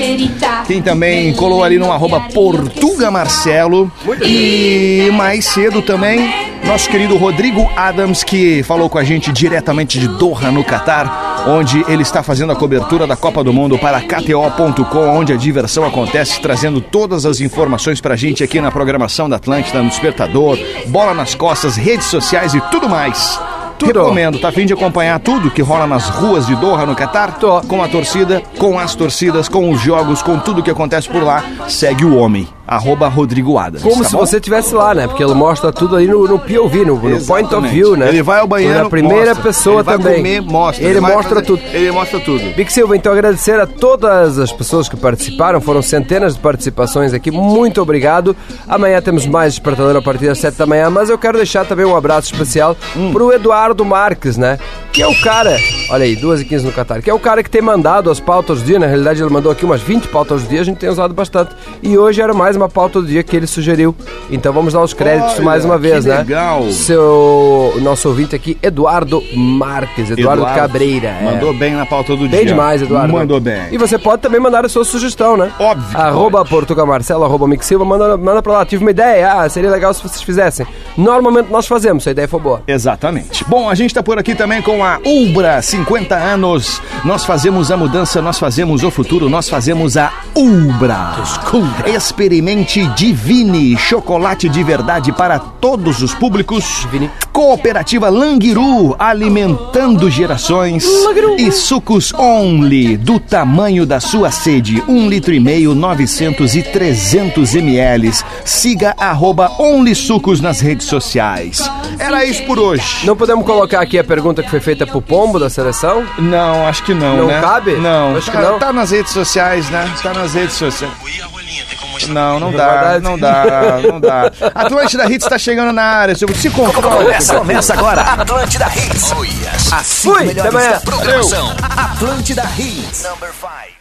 Speaker 2: Quem também colou ali no arroba Portuga Marcelo. E mais cedo também, nosso querido Rodrigo Adams, que falou com a gente diretamente de Doha, no Catar, onde ele está fazendo a cobertura da Copa do Mundo para KTO.com, onde a diversão acontece, trazendo todas as informações pra gente aqui na programação da Atlântida, no Despertador, bola nas costas, redes sociais e tudo mais. Recomendo, tá a fim de acompanhar tudo que rola nas ruas de Doha, no Catar? Tô. Com a torcida, com as torcidas, com os jogos, com tudo que acontece por lá. Segue o homem, arroba Rodrigo Adams.
Speaker 4: Como
Speaker 2: tá
Speaker 4: se
Speaker 2: bom?
Speaker 4: você estivesse lá, né? Porque ele mostra tudo aí no, no POV, no, no point of
Speaker 2: Exatamente.
Speaker 4: view, né?
Speaker 2: Ele vai ao banheiro,
Speaker 4: Na primeira
Speaker 2: mostra.
Speaker 4: pessoa
Speaker 2: Ele vai
Speaker 4: também.
Speaker 2: comer, mostra.
Speaker 4: Ele,
Speaker 2: Ele vai
Speaker 4: mostra
Speaker 2: fazer-
Speaker 4: tudo.
Speaker 2: Ele mostra tudo.
Speaker 4: Big Silva, então agradecer a todas as pessoas que participaram, foram centenas de participações aqui, muito obrigado. Amanhã temos mais despertador a partir das 7 da manhã, mas eu quero deixar também um abraço especial pro Eduardo Marques, né? Que é o cara, olha aí, 2 e 15 no Catar, que é o cara que tem mandado as pautas do dia, na realidade ele mandou aqui umas 20 pautas do dia, a gente tem usado bastante. E hoje era mais uma pauta do dia que ele sugeriu. Então vamos dar os créditos
Speaker 2: Olha,
Speaker 4: mais uma
Speaker 2: que
Speaker 4: vez, né?
Speaker 2: legal.
Speaker 4: Seu nosso ouvinte aqui, Eduardo Marques, Eduardo, Cabreira. é.
Speaker 2: Mandou bem na pauta do dia.
Speaker 4: Bem demais, Eduardo.
Speaker 2: Mandou bem.
Speaker 4: E você pode também mandar a sua sugestão, né? Óbvio. Arroba Portuga Marcelo, arroba Mick Silva, manda, manda pra lá. Tive uma ideia, ah, seria legal se vocês fizessem. Normalmente nós fazemos, se a ideia for boa.
Speaker 2: Exatamente. Bom, a gente está por aqui também com a Ubra, 50 anos. Nós fazemos a mudança, nós fazemos o futuro, nós fazemos a Ubra. Experimente Divine, chocolate de verdade para todos os públicos. Cooperativa Langiru, alimentando gerações. E sucos Only, do tamanho da sua sede, 1 litro e meio, 900 e 300 ml. Siga arroba Only Sucos nas redes sociais. Era isso por hoje.
Speaker 4: Não podemos colocar aqui a pergunta que foi feita pro Pombo da seleção?
Speaker 2: Não, acho que não.
Speaker 4: Não
Speaker 2: né?
Speaker 4: cabe?
Speaker 2: Não.
Speaker 4: Acho que
Speaker 2: Tá-
Speaker 4: não.
Speaker 2: Tá nas redes sociais, né? Tá nas redes sociais. Não, não dá,
Speaker 4: Verdade.
Speaker 2: não dá, não dá. Atlântida Hits tá chegando na área, seu- se conforma.
Speaker 3: Começa, começa agora. Atlântida Hits. As cinco
Speaker 2: Fui,
Speaker 3: melhores
Speaker 2: até amanhã.
Speaker 3: da programação. Atlântida Hits. Number 5.